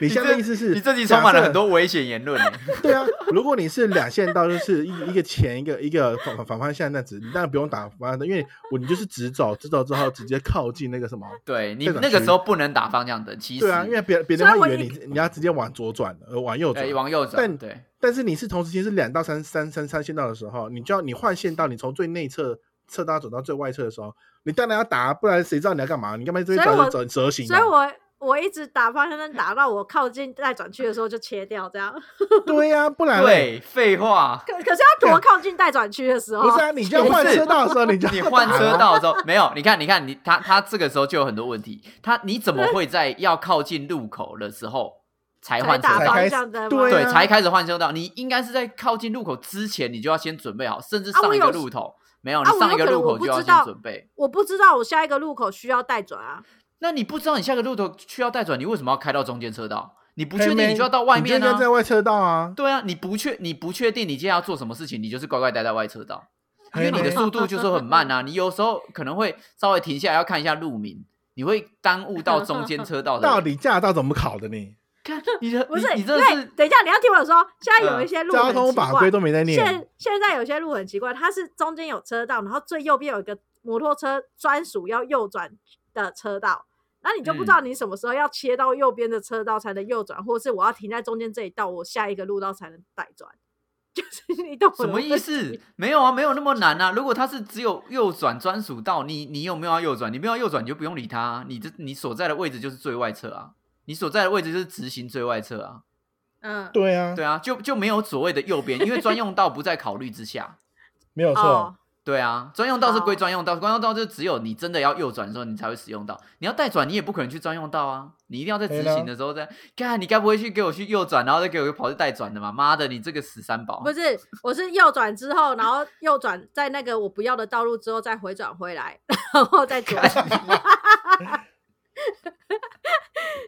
A: 你现在的意思是，
C: 你这集充满了很
A: 多。
C: 多危险 言论欸。
A: 对啊，如果你是两线道，就是一一个前一个一个反反反方向那样子，你当然不用打方向灯，因为我你就是直走，直走之后直接靠近那个什么。
C: 对你
A: 这种
C: 那个
A: 区
C: 时候不能打方向灯，其实
A: 对啊，因为别别人
B: 虽然我
A: 会以为
B: 也
A: 你你要直接往左转，呃，往右转
C: 对。往右转，
A: 但
C: 对
A: 但是你是同时间是两到三三三三线道的时候，你就要你换线道，你从最内侧侧道走到最外侧的时候，你当然要打啊，不然谁知道你要干嘛？你干嘛这边
B: 所以
A: 走
B: 我
A: 走蛇形啊？
B: 所以我我一直打方向灯打到我靠近待转区的时候就切掉，这样。
A: 对呀、不然嘞
C: 对，废话。
B: 可可是要多靠近待转区的时候，
A: 啊不是啊，你就要
C: 不
A: 换
C: 哦是
A: 车道的时候，你就
C: 你
A: 要
C: 换
A: 打
C: 车
A: 啊
C: 道之后没有？你看，你看，你他他这个时候就有很多问题。他你怎么会在要靠近路口的时候才
B: 才
C: 换车
B: 打
A: 才
C: 道
A: 开？
B: 方
A: 始
B: 向灯吗？
A: 对
C: 对，
A: 啊
C: 才开始换车道。你应该是在靠近路口之前，你就要先准备好，甚至
B: 啊我
C: 上一个
B: 有
C: 路头没有，
B: 啊
C: 你
B: 我
C: 上
B: 有
C: 一个
B: 可能
C: 路
B: 我
C: 口
B: 不
C: 就要
B: 知
C: 先
B: 道
C: 准备。
B: 我不知道我下一个路口需要待转啊。
C: 那你不知道你下个路头需要带转，你为什么要开到中间车道？你不
A: 黑
C: 确定，
A: 妹
C: 你就要到外
A: 你就
C: 面
A: 应该
C: 啊。
A: 在外车道啊。
C: 对啊，你不确你不确定你今天要做什么事情，你就是乖乖待在外车道，因
A: 黑
C: 为你
A: 妹
C: 的速度就是很慢啊。你有时候可能会稍微停下来要看一下路名，你会耽误到中间车道的。
A: 到底驾照怎么考的你？
C: 看你的
B: 不是，
C: 你你
B: 因
C: 真的
B: 为
C: 是
B: 等一下你要听我说，现在有一些路
A: 嗯
B: 很
A: 交
B: 奇
A: 通法
B: 怪
A: 规，都没在念
B: 现。现在有些路很奇怪，它是中间有车道，然后最右边有一个摩托车专属要右转的车道，那你就
C: 嗯
B: 不知道你什么时候要切到右边的车道才能右转，或是我要停在中间这一道，我下一个路道才能带转。 就是你懂我
C: 什
B: 的
C: 么意
B: 问
C: 思
B: 题？？
C: 没有啊，没有那么难啊。如果它是只有右转专属道，你你有没有要右转？你没有要右转，你就不用理它啊、你这你所在的位置就是最外侧啊，你所在的位置就是直行最外侧啊。
B: 嗯，
A: 对啊，
C: 对啊，就就没有所谓的右边，因为专用道不在考虑之下。
A: 没有错
B: 哦。，
C: 对啊，专用道是归
B: 好
C: 专用道，专用道就只有你真的要右转的时候你才会使用到，你要带转你也不可能去专用道啊，你一定要在直
A: 对啦
C: 行的时候再。干，你该不会去给我去右转，然后再给我跑去带转的嘛？妈的，你这个死三宝！
B: 不是，我是右转之后，然后右转在那个我不要的道路之后再回转回来，然后再左转。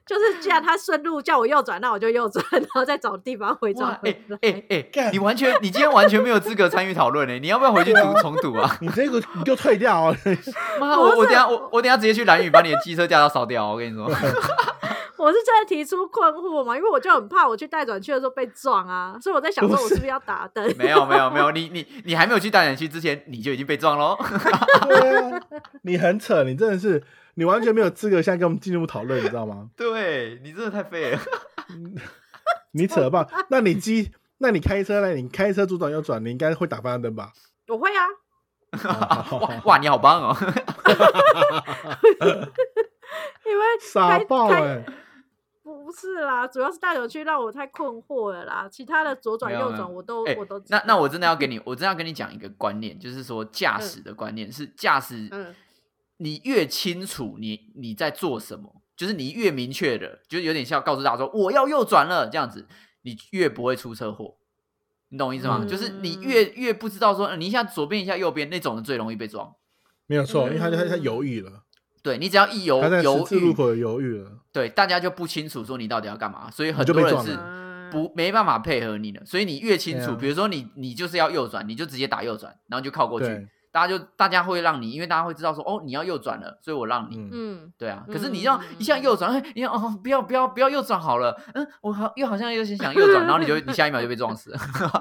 B: 就是既然他顺路叫我右转，那我就右转，然后再找地方回转
C: 哇，
B: 回
C: 哎
B: 来。
C: 哎哎，
A: 干
C: 你完全，你今天完全没有资格参与讨论哎，你要不要回去
A: 对 啊
C: 读重读啊？
A: 你这个你就退掉哦。
C: 妈，
B: 不
C: 我
B: 是
C: 我等下我我等下直接去蓝宇把你的机车驾照烧掉哦，我跟你说。
B: 我是真的提出困惑嘛，因为我就很怕我去带转去的时候被撞啊，所以我在想说我是不是要打灯？
C: 没有没有没有，你你你还没有去大展区之前，你就已经被撞喽。
A: 对啊，你很扯，你真的是，你完全没有资格现在跟我们进入讨论，你知道吗？
C: 对你真的太废了。
A: 你扯吧，那你机，那你开车呢？你开车左转右转，你应该会打方向灯 吧？哦
B: 我会啊，
C: 哇哇，你好棒哦！
B: 因为
A: 傻爆
B: 开
C: 欸
A: 哎、
B: 不是啦，主要是带转去让我太困惑了啦，其他的左转
C: 没有
B: 右
C: 没有
B: 转我都、
C: 哎
B: 我都知
C: 那那
B: 道
C: 我真的要跟你，我真的要跟你讲一个观念，就是说驾驶的观念是驾驶，
B: 嗯
C: 你越清楚你你在做什么，就是你越明确的，就是有点像告诉大家说我要右转了这样子，你越不会出车祸。你懂我意思吗？
A: 嗯
C: 就是你越越不知道说，呃你一下左边一下右边那种的最容易被撞。
A: 没有错，因为他他他
B: 嗯
A: 犹豫了，
C: 对你只要一犹
A: 他在十
C: 犹
A: 字路
C: 豫，
A: 口有犹豫了，
C: 对大家就不清楚说你到底要干嘛，所以很
A: 你就
C: 多
A: 被
C: 人
A: 撞
C: 是
A: 了
B: 嗯
C: 不没办法配合你的，所以你越清楚，
A: 对啊
C: 比如说你你就是要右转，你就直接打右转，然后就靠过去
A: 对，，
C: 大家就大家会让你，因为大家会知道说哦你要右转了，所以我让你，
A: 嗯，
B: 嗯。
C: 对啊。
B: 嗯
C: 可是你让一下右转，哎，你想哦不要不要不要右转好了，嗯，我好又好像又先想右 转，然后你就你下一秒就被撞死了，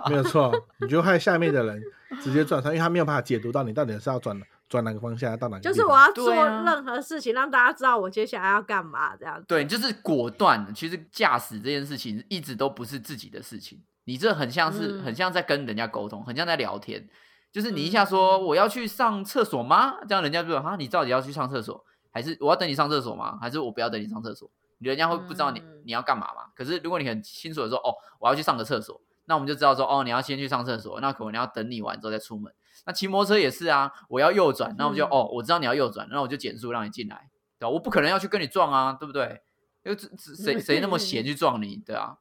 A: 没有错，你就害下面的人直接转上，因为他没有办法解读到你到底是要转转哪个方向，到哪个地方。
B: 就是我要做
C: 对啊
B: 任何事情，让大家知道我接下来要干嘛，这样。
C: 对，就是果断。其实驾驶这件事情一直都不是自己的事情，你这很像是、
B: 嗯
C: 很像在跟人家沟通，很像在聊天。就是你一
B: 嗯
C: 下说我要去上厕所吗？这样人家就说啊，你到底要去上厕所，还是我要等你上厕所吗？还是我不要等你上厕所？人家会不知道你、
B: 嗯
C: 你要干嘛嘛？可是如果你很清楚的说哦，我要去上个厕所，那我们就知道说哦，你要先去上厕所，那可能要等你完之后再出门。那骑摩托车也是啊，我要右转，那我们就、
B: 嗯
C: 哦，我知道你要右转，那我就减速让你进来，对吧、我不可能要去跟你撞啊，对不对？又这这
B: 嗯
C: 谁谁那么闲去撞你，对啊？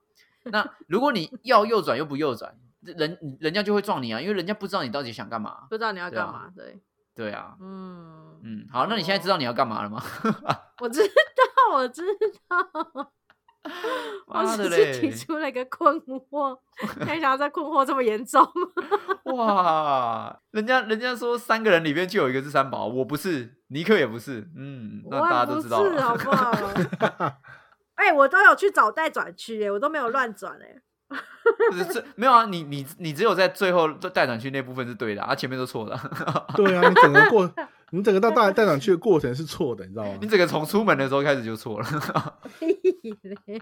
C: 那如果你要右转又不右转，人人家就会撞你啊，因为人家不知道你到底想干嘛，
B: 不知道你要
C: 对啊
B: 干嘛，对，
C: 对啊。
B: 嗯，
C: 嗯，好，那你现在知道你要干嘛了 吗？
B: 我知 道，我知道，我
C: 妈的
B: 只
C: 嘞！
B: 哦是提出了一个困 惑，没想到这困惑这么严重。
C: 哇，人家人家说三个人里面就有一个是三宝， 我不是，尼克也不是，嗯，那
B: 我
C: 大家
B: 也
C: 都
B: 不
C: 知道
B: 是，好
C: 了。
B: 不好？哎、我都有去找待转区耶，我都没有乱转哎。
C: 就是这没有啊，你你你只有在最后带转去那部分是对的啊，啊前面都错的啊、
A: 对啊，你整个过，你整个到大带转去的过程是错的，你知 道吗
C: 你？整个从出门的时候开始就错了。
B: 屁嘞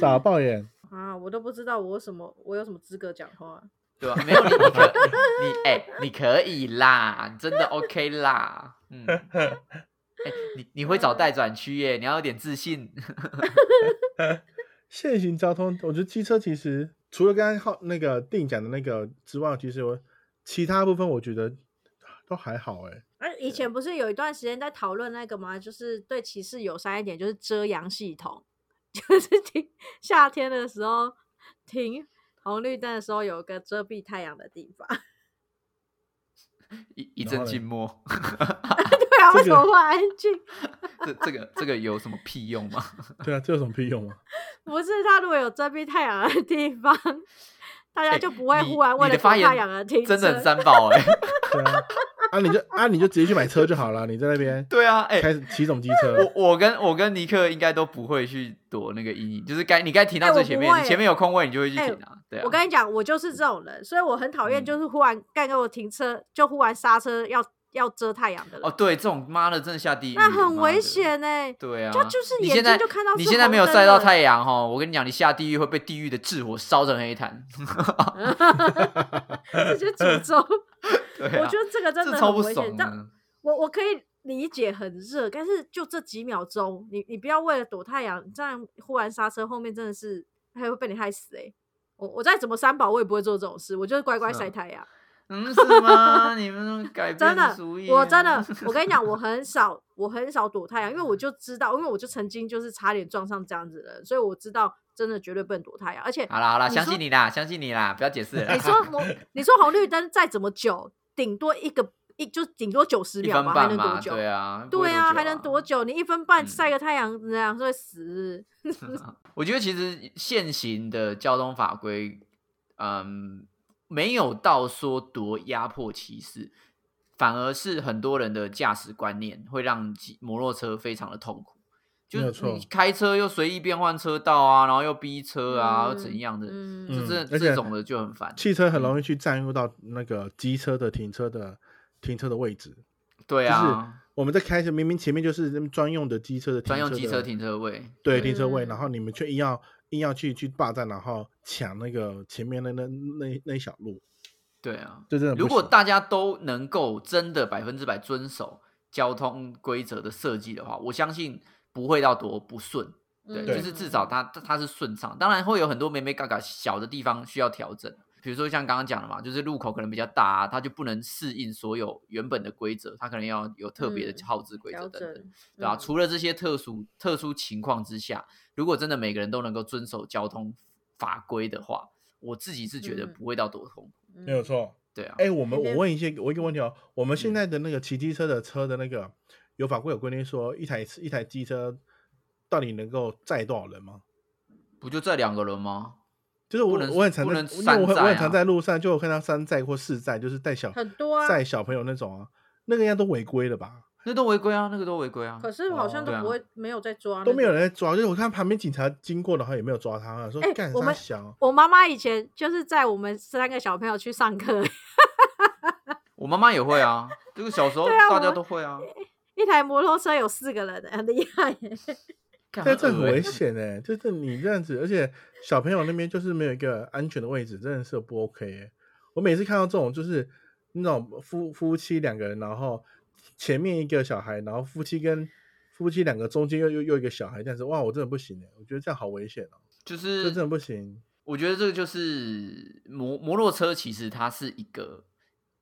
A: 傻爆眼，
B: 啊，我都不知道我有什么，我有什么资格讲话？
C: 对吧、没有你，你可你哎、你可以啦，你真的 OK 啦，嗯，哎、你你会找待转区耶，你要有点自信。
A: 现行交通，我觉得机车其实除了刚刚浩那个定讲的那个之外，其实我其他部分我觉得都还好哎、
B: 哎、以前不是有一段时间在讨论那个吗？就是对骑士友善一点，就是遮阳系统， 就是停夏天的时候停红绿灯的时候有个遮蔽太阳的地方。
C: 一一
A: 然
C: 阵
A: 后嘞
C: 静默，
B: 对啊，
A: 这
B: 为什
A: 个
B: 么会安静？
C: 这这个这个有什么屁用吗？
A: 对啊，这有什么屁用啊？
B: 不是他如果有遮蔽太阳的地方，大家
C: 哎
B: 就不会
C: 你
B: 忽然为
C: 你
B: 了
C: 的发
B: 遮太
C: 言
B: 阳而停
C: 真的很
B: 车
C: 三宝哎、
A: 对啊，啊你就啊你就直接去买车就好了，你在那边
C: 对啊，哎、
A: 开始骑什么机车？
C: 我我跟我跟尼克应该都不会去躲那个阴影，就是该你该停
B: 哎
C: 到
B: 我
C: 最
B: 不
C: 前面，
B: 会
C: 你前面有空位你就会去
B: 哎
C: 停啊，对啊。
B: 我跟你讲，我就是这种人，所以我很讨厌
C: 嗯
B: 就是忽然干给我停车，就忽然刹车要要遮太阳的人，
C: 哦，对，这种妈的真的下地狱，
B: 那很
C: 妈
B: 危
C: 的。
B: 险欸呢、
C: 对啊，
B: 就就是
C: 你
B: 眼
C: 现
B: 睛
C: 在
B: 就看到
C: 你
B: 是
C: 现在没有
B: 红
C: 晒
B: 灯
C: 到
B: 了
C: 太阳哦，我跟你讲，你下地狱会被地狱的炙火烧成黑炭。
B: 这就诅咒。
C: 对
B: 我
C: 啊，
B: 觉得这个真
C: 这
B: 的
C: 超
B: 很
C: 不
B: 危险。
C: 爽
B: 但
C: 的。
B: 我我可以理解很热，但是就这几秒钟，你你不要为了躲太阳，你这样忽然刹车，后面真的是还会被你害死哎、我我再怎么三宝，我也不会做这种事，我就是乖乖
C: 是啊
B: 晒太阳。
C: 嗯，是 吗？你们改
B: 真
C: 变
B: 的
C: 主意，啊，
B: 我真的，我跟你讲，我 很少，我很少躲太阳，因为我就知道，因为我就曾经就是差点撞上这样子的人，所以我知道真的绝对不能躲太阳。而且
C: 好啦好啦，
B: 你
C: 相
B: 说
C: 信你啦，相信你啦，不要解释了啦。
B: 你 说红，你说红绿灯再怎么久，顶多一个一就顶多九十
C: 一
B: 秒
C: 分
B: 吧，还
C: 半
B: 能
C: 嘛，
B: 多久？
C: 对啊，不会
B: 对啊，还能
C: 啊
B: 多久？你一分
C: 嗯
B: 半晒个太阳，这样是会死。
C: 我觉得其实现行的交通法规，嗯，没有到说多压迫歧视，反而是很多人的驾驶观念会让骑摩托车非常的痛苦。就
A: 没有
C: 是你
A: 错
C: 开车又随意变换车道啊，然后又逼车啊，又怎
B: 嗯
C: 样的，
B: 嗯，
C: 就
A: 嗯
C: 这
A: 而
C: 这
A: 且
C: 种的就很烦。
A: 汽车很容易去占用到那个机车的停车的停车的位置。
C: 对
A: 就是
C: 啊，
A: 我们在开车，明明前面就是那么专用的机车的停
C: 专用
A: 的
C: 机车停车位，
A: 对停车位，
B: 嗯
A: 然后你们却硬要硬要去去霸占，然后抢那个前面的那那那那一小路，
C: 对啊，
A: 这真的不
C: 如果
A: 行
C: 大家都能够真的百分之百遵守交通规则的设计的话，我相信不会到多不顺。
B: 嗯
C: 对，
A: 对
C: 就是至少它它它是顺畅，当然会有很多没没嘎嘎小的地方需要调整，比如说像刚刚讲的嘛，就是路口可能比较大、啊，它就不能适应所有原本的规则，它可能要有特别的
B: 嗯
C: 号志规则
B: 调
C: 等等，
B: 整，
C: 对啊，
B: 嗯
C: 除了这些特殊特殊情况之下，如果真的每个人都能够遵守交通法规的话，我自己是觉得
B: 嗯
C: 不会到多痛苦。
A: 没有
B: 嗯
A: 错。
C: 对啊，
A: 哎，我们
B: 那
A: 我
B: 边
A: 问一些我一个问题哦，我们现
C: 嗯
A: 在的那个骑机车的车的那个有法规有规定说，一台一台机车到底能够载多少人吗？
C: 不就这两个人吗？
A: 就是我
C: 不能
A: 我很常
C: 不
A: 在，
C: 能
A: 因为我很我
C: 山寨
A: 很常
C: 啊
A: 在路上就有看到山寨或市寨，就是带小
B: 很多啊。
A: 载小朋友那种啊，那个应该都违规了吧？
C: 那都违规啊，那个都违规啊。
B: 可是好像
A: 哦
B: 都
C: 对啊
B: 不会，没有在抓，
A: 都没有。人在抓，就是我看旁边警察经过，然后也没有抓他，我啊想说
B: 哎
A: 干
B: 我
A: 啥
B: 们
A: 小？
B: 我妈妈以前就是在我们三个小朋友去上课，
C: 我妈妈也会啊，这个小时候
B: 对啊
C: 大家
B: 我
C: 都会啊。
B: 一台摩托车有四个人，很厉害耶。
C: 干
A: 但这很
C: 恶欸
A: 危险哎、就是你这样子，而且小朋友那边就是没有一个安全的位置，真的是不 OK 哎、我每次看到这种就是那种夫夫妻两个人，然后前面一个小孩，然后夫妻跟夫妻两个中间又又又一个小孩，这样子哇，我真的不行哎、我觉得这样好危险哦、
C: 就
A: 这真的
C: 是
A: 不行。
C: 我觉得这个就是摩摩托车，其实它是一个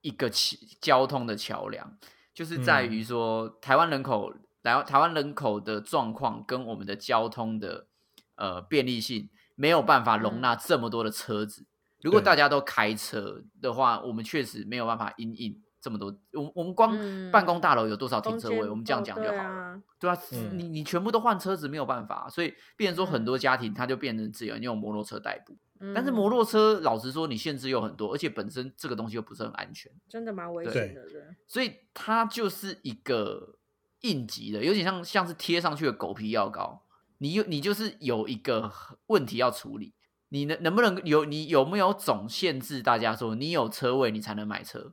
C: 一个桥交通的桥梁，就是在
B: 嗯
C: 于说、台湾人口来台湾人口的状况跟我们的交通的呃便利性没有办法容
B: 嗯
C: 纳这么多的车子。如果
A: 对
C: 大家都开车的话，我们确实没有办法因应这么多。我我们光
B: 嗯
C: 办公大楼有多少停
B: 中
C: 车
B: 间
C: 位，我们这样
B: 哦
C: 讲就好
B: 对
C: 了。
B: 啊
C: 对啊，
A: 嗯
C: 你你全部都换车子没有办法，啊所以变成说很多家庭他就变成只有用摩托车代步。但是摩
B: 嗯
C: 托车老实说，你限制又很多，而且本身这个东西又不是很安全，
B: 真的蛮危
C: 对
B: 险的，真的
C: 所以它就是一个应急的，有点像像是贴上去的狗皮药膏。你有你就是有一个问题要处理，你能能不能有你有没有总限制大家说你有车位你才能买车，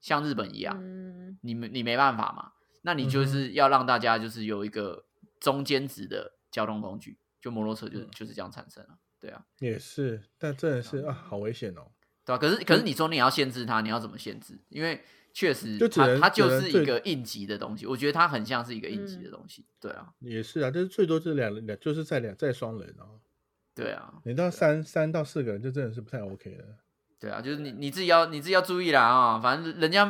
C: 像日本一样，
B: 嗯，
C: 你没你没办法嘛，那你
A: 嗯
C: 就是要让大家就是有一个中间值的交通工具，就摩托车
A: 嗯
C: 就、就是这样产生了，对啊，
A: 也是，但真的是啊，好危险哦。
C: 对啊，可是可是你说你要限制它，你要怎么限制？因为确实
A: 就只
C: 它
A: 能
C: 它
A: 只
C: 就
A: 能
C: 是一
A: 最嗯
C: 个应急的东西，我觉得它很像是一个应急的东西，对啊，
A: 也是啊，就是最多就是两两，就是在两在双人哦。
C: 对啊，
A: 你到三三到四个人，就真的是不太 OK 了。
C: 对啊，就是你你自己要你自己要注意啦啊、反正 人家，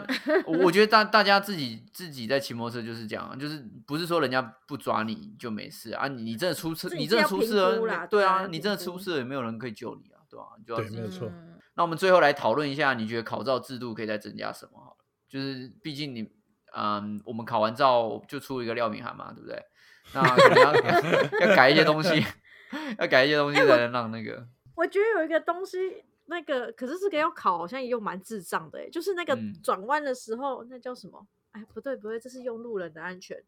C: 我我觉得大大家自己自己在骑摩托车就是这样啊，就是不是说人家不抓你就没事啊，你你真的出事，
B: 自己
C: 你真的
B: 要
C: 出
B: 评
C: 事了
B: 估
C: 没
B: 啦，
C: 对
B: 对啊
C: 啊，
B: 要
C: 你
B: 评
C: 真的出
B: 估
C: 事了也没有人可以救你啊，对啊，你就要
A: 对
C: 自
A: 没
C: 己
A: 有错
B: 嗯
C: 那我们最后来讨论一下，你觉得考照制度可以再增加什么？好了，就是毕竟你，嗯，我们考完照就出一个廖敏涵嘛，对不对？那可能 要要改一些东西， 要改一些东
B: 哎
C: 西才能让那个，
B: 我觉得有一个东西，那个可是这个要考，好像也有蛮智障的、欸，就是那个
C: 嗯
B: 转弯的时候，那叫什么？哎，不对不对，这是用路人的安全。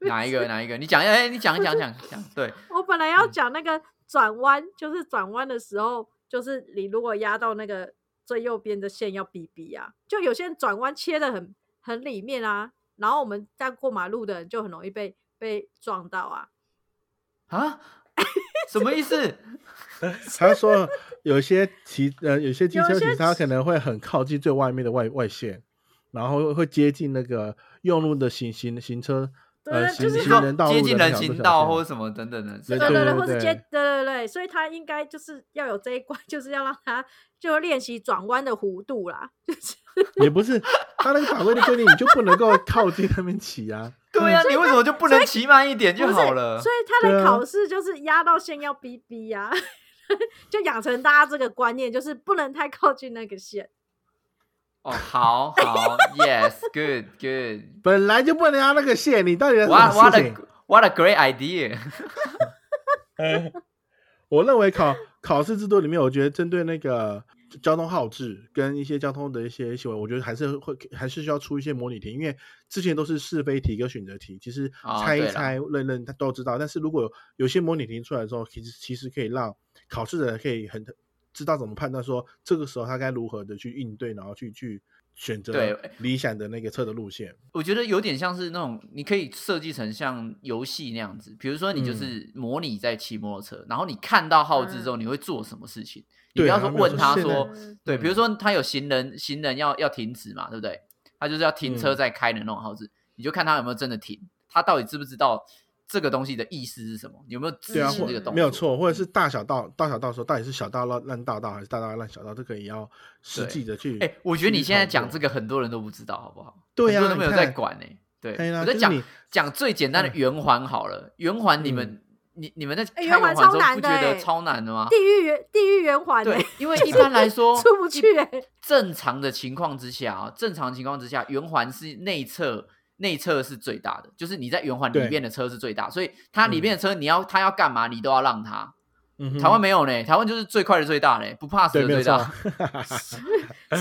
C: 哪一个哪一个？你讲，哎、你讲讲讲讲，对，
B: 我本来要
C: 嗯
B: 讲那个转弯，就是转弯的时候，就是你如果压到那个最右边的线要逼逼啊，就有些人转弯切的很很里面啊，然后我们在过马路的人就很容易被被撞到啊。
C: 啊， 什么 意思？
A: 他说有些骑呃有些机
B: 有
A: 车
B: 些
A: 骑他
B: 骑
A: 可能会很靠近最外面的外外线，然后会接近那个用路的行行行车
B: 对
A: 呃
B: 对
A: 行
B: 就是
C: 你
A: 行
C: 说
A: 人道路
C: 接
A: 的
C: 近
A: 那
C: 人
A: 条路
C: 行
A: 小
C: 道
A: 线
C: 或者什么等等的，
A: 对
B: 对
A: 对
B: 对，或者接
A: 对
B: 对对对，所以他应该就是要有这一关， 就是要让他就练习转弯的弧度啦。就是
A: 也不是他那个法规的规定，你就不能够靠近那边骑啊。
C: 对啊，你为什么就不能骑慢一点就
B: 不是
C: 好了
B: 所？以他
A: 对
B: 的
A: 啊
B: 考试就是压到线要逼逼呀、 就养成大家这个观念，就是不能太靠近那个线。
C: 哦，好 好，yes，good good，
A: 本来就不能压那个线，你到底在什
C: 哇
A: 么
C: 哇
A: 事
C: 的
A: 情？
C: what a great idea！
A: 哎我认为考考试制度里面，我觉得针对那个交通号志跟一些交通的一些行为，我觉得还是会还是需要出一些模拟题，因为之前都是是非题跟选择题，其实
C: 哦
A: 猜一
C: 对啦
A: 猜、认认他都知道。但是如果有有些模拟题出来之后，其实其实可以让考试者可以很知道怎么判断，说这个时候他该如何的去应对，然后去去选择
C: 对
A: 理想的那个车的路线。
C: 我觉得有点像是那种，你可以设计成像游戏那样子，比如说你
A: 嗯
C: 就是模拟在骑摩托车，然后你看到号志之后，你会做什么事情？你
A: 对
C: 不要
A: 啊
C: 说
A: 没有
C: 问
A: 错
C: 他
A: 现在
C: 说，
B: 嗯
C: 对，
A: 嗯
C: 比如说他有行人，行人要要停止嘛，对不对？他就是要停车
A: 嗯
C: 再开的那种号志，你就看他有没有真的停，他到底知不知道这个东西的意思是什么，有没有支
A: 对啊，
C: 持
A: 或
C: 这个动作？
A: 没有错，
B: 嗯
A: 或者是大小道大小道说到底是小道让让大道还是大道让小道，这个也要实际的去。
C: 哎、我觉得你现在讲这
A: 个，
C: 个，很多人都不知道，好不好？
A: 对啊
C: 很多人都没有
A: 你
C: 在
A: 看
C: 管呢、对，
A: 对啦
C: 我在
A: 就是
C: 讲
A: 你嗯
C: 讲最简单的圆环好了，圆环你们、你你们在开
B: 哎
C: 圆
B: 圆环
C: 环的时候
B: 超难
C: 不
B: 的
C: 觉得
B: 欸
C: 超难的吗？
B: 地狱圆地狱圆环、欸
C: 对，，因为一般来说
B: 出不去、欸。
C: 正常的情况之下啊，正常情况之下，圆环是内侧。内侧是最大的，就是你在圆环里
A: 对嗯
C: 面的车是最大，所以它里面的车你要、它要干嘛你都要让它。
A: 嗯哼
C: 台湾没有呢，台湾就是最快的最大呢，不怕死
A: 对
C: 的
A: 没有
C: 最
A: 错
C: 大，，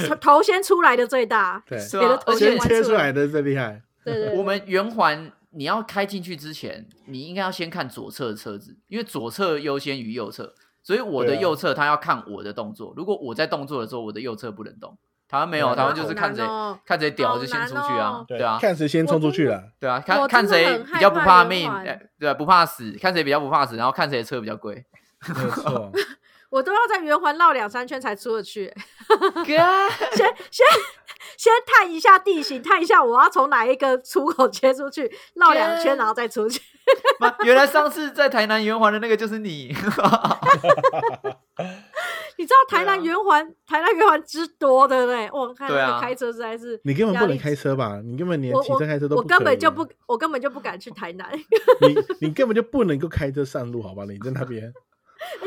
B: 头头先出来的最大，
A: 对，
C: 哎是
B: 别
C: 吧
B: 的？头
C: 而
B: 先
C: 且
A: 先
B: 玩
A: 切
B: 出
A: 出来的最厉害。
B: 对对对
C: 我们圆环你要开进去之前，你应该要先看左侧的车子，因为左侧优先于右侧，所以我的
A: 对啊
C: 右侧他要看我的动作。如果我在动作的时候，我的右侧不能动。台湾没有，
A: 对啊
C: 台湾就是看谁、
B: 好难哦
C: 看谁屌就先出去啊，
B: 好难哦
C: 对啊，
A: 看谁先冲出去
B: 我
A: 了。
C: 对啊，
B: 我真
C: 看看
B: 的
C: 谁
B: 很
C: 比
B: 害
C: 较不
B: 怕
C: 怕
B: 圆
C: 命，
B: 环
C: 哎对啊，不怕死，看谁比较不怕死，然后看谁的车比较贵。
A: 没有错，
B: 我都要在圆环绕两三圈才出得去、欸
C: God
B: 先先先探一下地形，探一下我要从哪一个出口切出去，绕两圈
C: 天
B: 然后再出去。
C: 妈原来上次在台南圆环的那个就是你，
B: 你知道
C: 对
B: 台南
C: 啊
B: 圆环、台南圆环之多，对不对？我看
C: 对
B: 那
C: 啊
B: 个开车实在是，
A: 你根本
B: 压
A: 不
B: 力
A: 能开车吧？你根本连
B: 我
A: 骑车开车都
B: 我
A: 不
B: 我根本就
A: 可以
B: 不，我根本就不敢去台 南。
A: 你你根本就不能够开车上路，好吧？你在那边，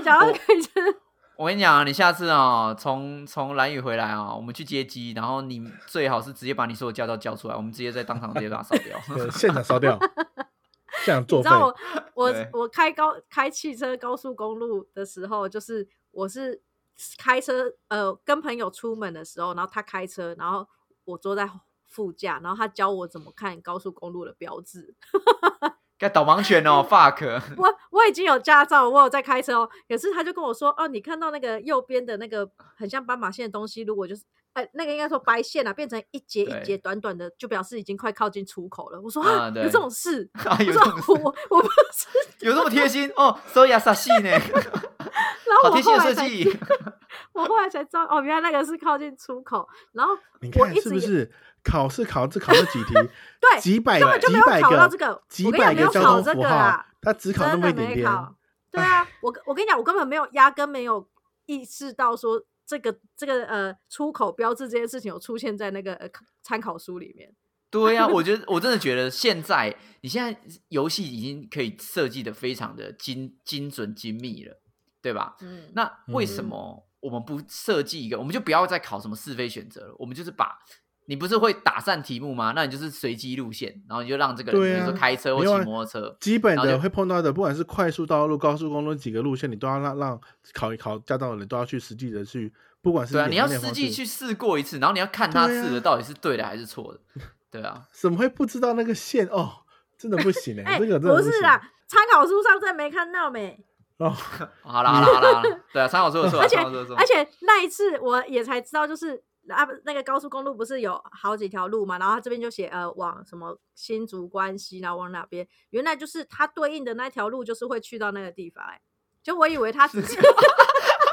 B: 讲到开车，
C: 我跟你讲啊，你下次啊、从从蓝屿回来啊、我们去接机，然后你最好是直接把你所有驾照叫出来，我们直接在当场直接把它烧掉。
A: 对现场烧掉，现场作
B: 你知
A: 废。
B: 道我我
C: 对
B: 我开高开汽车高速公路的时候，就是我是开车呃跟朋友出门的时候，然后他开车，然后我坐在副驾，然后他教我怎么看高速公路的标志。
C: 该导盲犬 哦，fuck！
B: 我我已经有驾照，我有在开车哦。可是他就跟我说，哦，你看到那个右边的那个很像斑马线的东西，如果就是哎、那个应该说白线啊，变成一节
C: 对
B: 一节短短的，就表示已经快靠近出口了。我说
C: 啊
B: 啊，有
C: 对
B: 这种事？
C: 啊， 有
B: 我
C: 这
B: 说
C: 种事
B: 我我我不 是，
C: 有这么贴心哦，搜亚萨西呢，
B: 然后
C: 好
B: 我
C: 贴心
B: 后
C: 的
B: 来
C: 设
B: 才
C: 计。
B: 我后来才知道，哦，原来那个是靠近出口。然后
A: 你
B: 我
A: 看
B: 一
A: 是
B: 直
A: 不
B: 也
A: 是考试考这考这几题，
B: 对
A: 几百
B: 根本就
A: 几
B: 没有
A: 百
B: 考到
A: 个
B: 这个
A: 几
B: 我跟你讲
A: 百
B: 没有
A: 交
B: 考
A: 通
B: 这
A: 符
B: 个
A: 号
B: 啦，
A: 他只考那
B: 真
A: 么
B: 的
A: 一点
B: 没
A: 点，
B: 考。对啊，我跟我跟你讲，我根本没有压根没有意识到说这个这个呃出口标志这件事情有出现在那个、呃、参考书里面。
C: 对呀、我觉得我真的觉得现在你现在游戏已经可以设计的非常的精精准精密了，对吧？
B: 嗯，
C: 那为什
B: 嗯
C: 么我们不设计一个？我们就不要再考什么是非选择了，我们就是把你不是会打散题目吗？那你就是随机路线，然后你就让这个人，
A: 对
C: 比如说
A: 啊
C: 开车或
A: 没
C: 骑
A: 有啊
C: 摩托车，
A: 基本
C: 然后
A: 的
C: 就
A: 会碰到的，不管是快速道路、高速公路几个路线，你都要让让考一考驾照的人都要去实际的去，不管是
C: 对啊，
A: 演
C: 你要
A: 练或
C: 实际
A: 是
C: 去试过一次，然后你要看他
A: 对啊
C: 试的到底是对的还是错的，对啊，
A: 怎么会不知道那个线哦？真的不行哎、
B: 哎、
A: 这个真的
B: 不
A: 行
B: 是啦，参考书上真没看到没。
A: 哦，
C: 好啦好啦好啦， 对啊，参考书的错，
B: 而且
C: 参考书的错，啊
B: 而且那一次我也才知道，就是啊，不那个高速公路不是有好几条路嘛，然后他这边就写呃往什么新竹关西，然后往哪边，原来就是它对应的那条路就是会去到那个地方、欸。就我以为他只 是 我以为它只，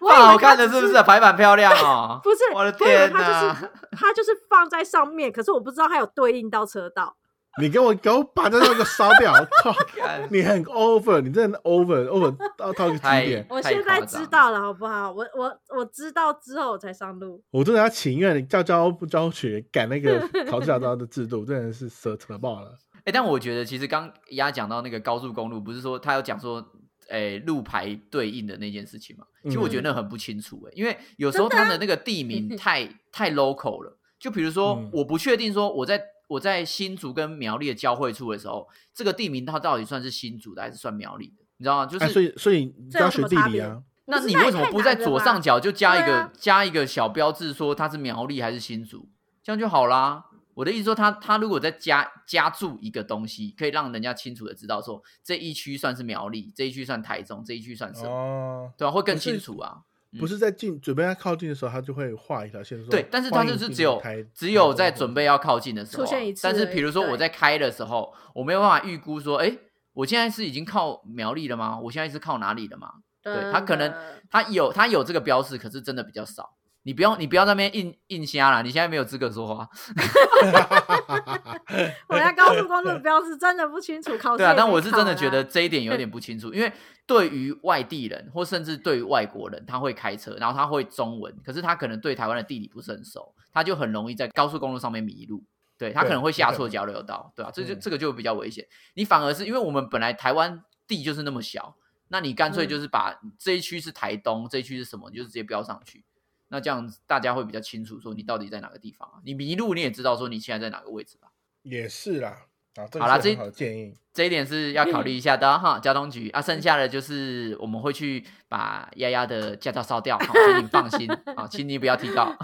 C: 哇，好啊看的是不是排版漂亮哦？
B: 不是，
C: 我的
B: 我以为
C: 天
B: 它就是
C: 哪！
B: 它就是放在上面，可是我不知道它有对应到车道。
A: 你给我给我把这个烧掉！靠，
C: 干
A: 你很 over，你真的 over over 到到一个
C: 太
A: 极点，
B: 我
C: 太
B: 现
C: 夸
B: 在
C: 张
B: 知道了，好不好？我我我知道之后我才上路。
A: 我真的要请愿叫交不交学改那个考驾照的制度，真的是扯扯爆了。
C: 哎、但我觉得其实刚丫讲到那个高速公路，不是说他有讲说，哎、路牌对应的那件事情嘛？其实我
A: 嗯
C: 觉得那很不清楚、哎、因为有时候
B: 真的啊
C: 他的那个地名太、太 local 了。就比如说，
A: 嗯
C: 我不确定说我在我在新竹跟苗栗的交汇处的时候，这个地名它到底算是新竹的还是算苗栗的？你知道吗？就是、
A: 哎，所以所以你
B: 这
A: 要
B: 有什
A: 学
B: 么
A: 地
B: 差
A: 理
B: 别
A: 啊，
C: 那
B: 不是
C: 你
B: 那
C: 为
B: 也
C: 什么
B: 太
C: 不
B: 难
C: 在
B: 了
C: 左
B: 吧
C: 上角就加一
B: 对
C: 个、
B: 啊
C: 加一个小标志，说它是苗栗还是新竹，这样就好啦。我的意思说他，他如果再加加注一个东西，可以让人家清楚的知道说这一区算是苗栗，这一区算台中，这一区算什么，
A: 哦，
C: 对啊，会更
A: 不是
C: 清楚啊。
A: 不
C: 嗯
A: 是在近准备要靠近的时候，他就会画一条线说，
C: 对，但是他
A: 欢
C: 就
A: 迎
C: 是
A: 进
C: 只
A: 入
C: 有
A: 台
C: 只有
A: 台
C: 在
A: 中
C: 准备要靠近的时候啊、
B: 出现一次
C: 但是
B: 而已
C: 比如说我
B: 对
C: 在开的时候，我没有办法预估说，哎，我现在是已经靠苗栗了吗？我现在是靠哪里了吗？对他可
B: 真
C: 能
B: 的
C: 它有它有这个标示，可是真的比较少。你不用你不要在那边硬硬瞎啦，你现在没有资格说话。
B: 我在高速公路的标志真的不清楚，考试
C: 对啊
B: 也，
C: 但
B: 没
C: 我是
B: 考
C: 真的
B: 啦
C: 觉得这一点有点不清楚，因为对于外地人或甚至对于外国人，他会开车，然后他会中文，可是他可能对台湾的地理不是很熟，他就很容易在高速公路上面迷路。对他可
A: 对
C: 能会
A: 有
C: 下
A: 可
C: 错
A: 能
C: 交流道，对啊，这就
A: 嗯
C: 这个就比较危险。你反而是因为我们本来台湾地就是那么小，那你干脆
B: 嗯
C: 就是把这一区是台东，这一区是什么，你就直接标上去。那这样子大家会比较清楚，说你到底在哪个地方啊？你迷路你也知道说你现在在哪个位置吧？
A: 也是啦。啊，这个
C: 好啦
A: 是
C: 这
A: 很好的建议。
C: 这一点是要考虑一下的啊哈，交通局啊，剩下的就是我们会去把丫丫的驾照烧掉，好，请你放心啊，请你不要提到。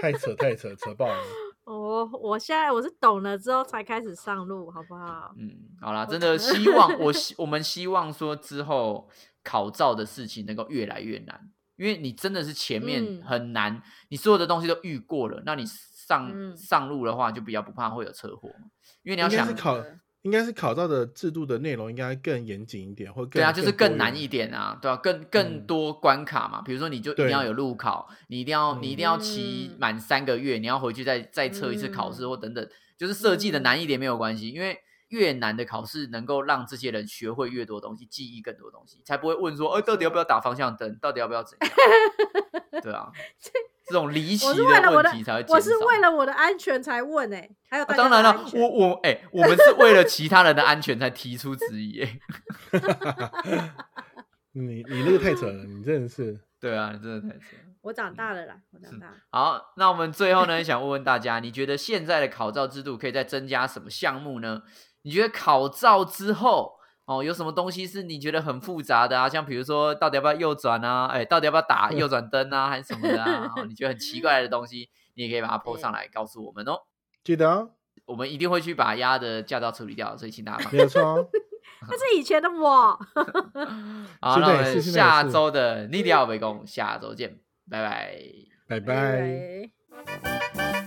A: 太扯太扯扯爆了！
B: 我我现在我是懂了之后才开始上路，好不好？
C: 嗯，好啦，真的希望我希我们希望说之后考照的事情能够越来越难，因为你真的是前面
B: 嗯
C: 很难，你所有的东西都遇过了，那你上、
B: 嗯
C: 上路的话就比较不怕会有车祸嘛，因为你要
A: 应该
C: 想
A: 是
B: 真
A: 考
B: 的，
A: 应该是考照的制度的内容应该更严谨一点，或更
C: 对啊，就是
A: 多
C: 更
A: 元
C: 难一点啊，对啊，更更
A: 嗯
C: 多关卡嘛。比如说，你就一定要
A: 对
C: 有路考，你一定要你一定要骑
B: 嗯
C: 满三个月，你要回去再再测一次考试
B: 嗯
C: 或等等，就是设计的
B: 嗯
C: 难一点没有关系，因为越难的考试能够让这些人学会越多东西，记忆更多东西，才不会问说，呃，到底要不要打方向灯，到底要不要 怎样？对啊，这种离奇
B: 我是为了我
C: 问
B: 的
C: 题才会，
B: 我
C: 减
B: 是
C: 少。
B: 为了我的安全才问哎、还有
C: 啊
B: 大家
C: 当
B: 的
C: 然了
B: 安，全
C: 我我哎、我们是为了其他人的安全才提出质疑、 哎
A: 你你那个太扯了，你真的是
C: 对啊，你真的太扯了。
B: 我长大了啦，我长大了。
C: 好，那我们最后呢，想问问大家，你觉得现在的考照制度可以再增加什么项目呢？你觉得考照之后哦，有什么东西是你觉得很复杂的啊？像比如说，到底要不要右转啊？哎，到底要不要打右转灯啊， 还是什么的啊？哦你觉得很奇怪的东西，你也可以把它 PO 上来告诉我们哦。
A: 记得哦。
C: 我们一定会去把鸭的驾照处理掉，所以请大家 放
A: 没有错 哦。
B: 那是以前的我，
C: 好，
A: 现
C: 那我
A: 在也
C: 们
A: 是现在也
C: 下
A: 是
C: 周的逆调围攻，下周见，拜拜。
A: 拜拜。
B: 拜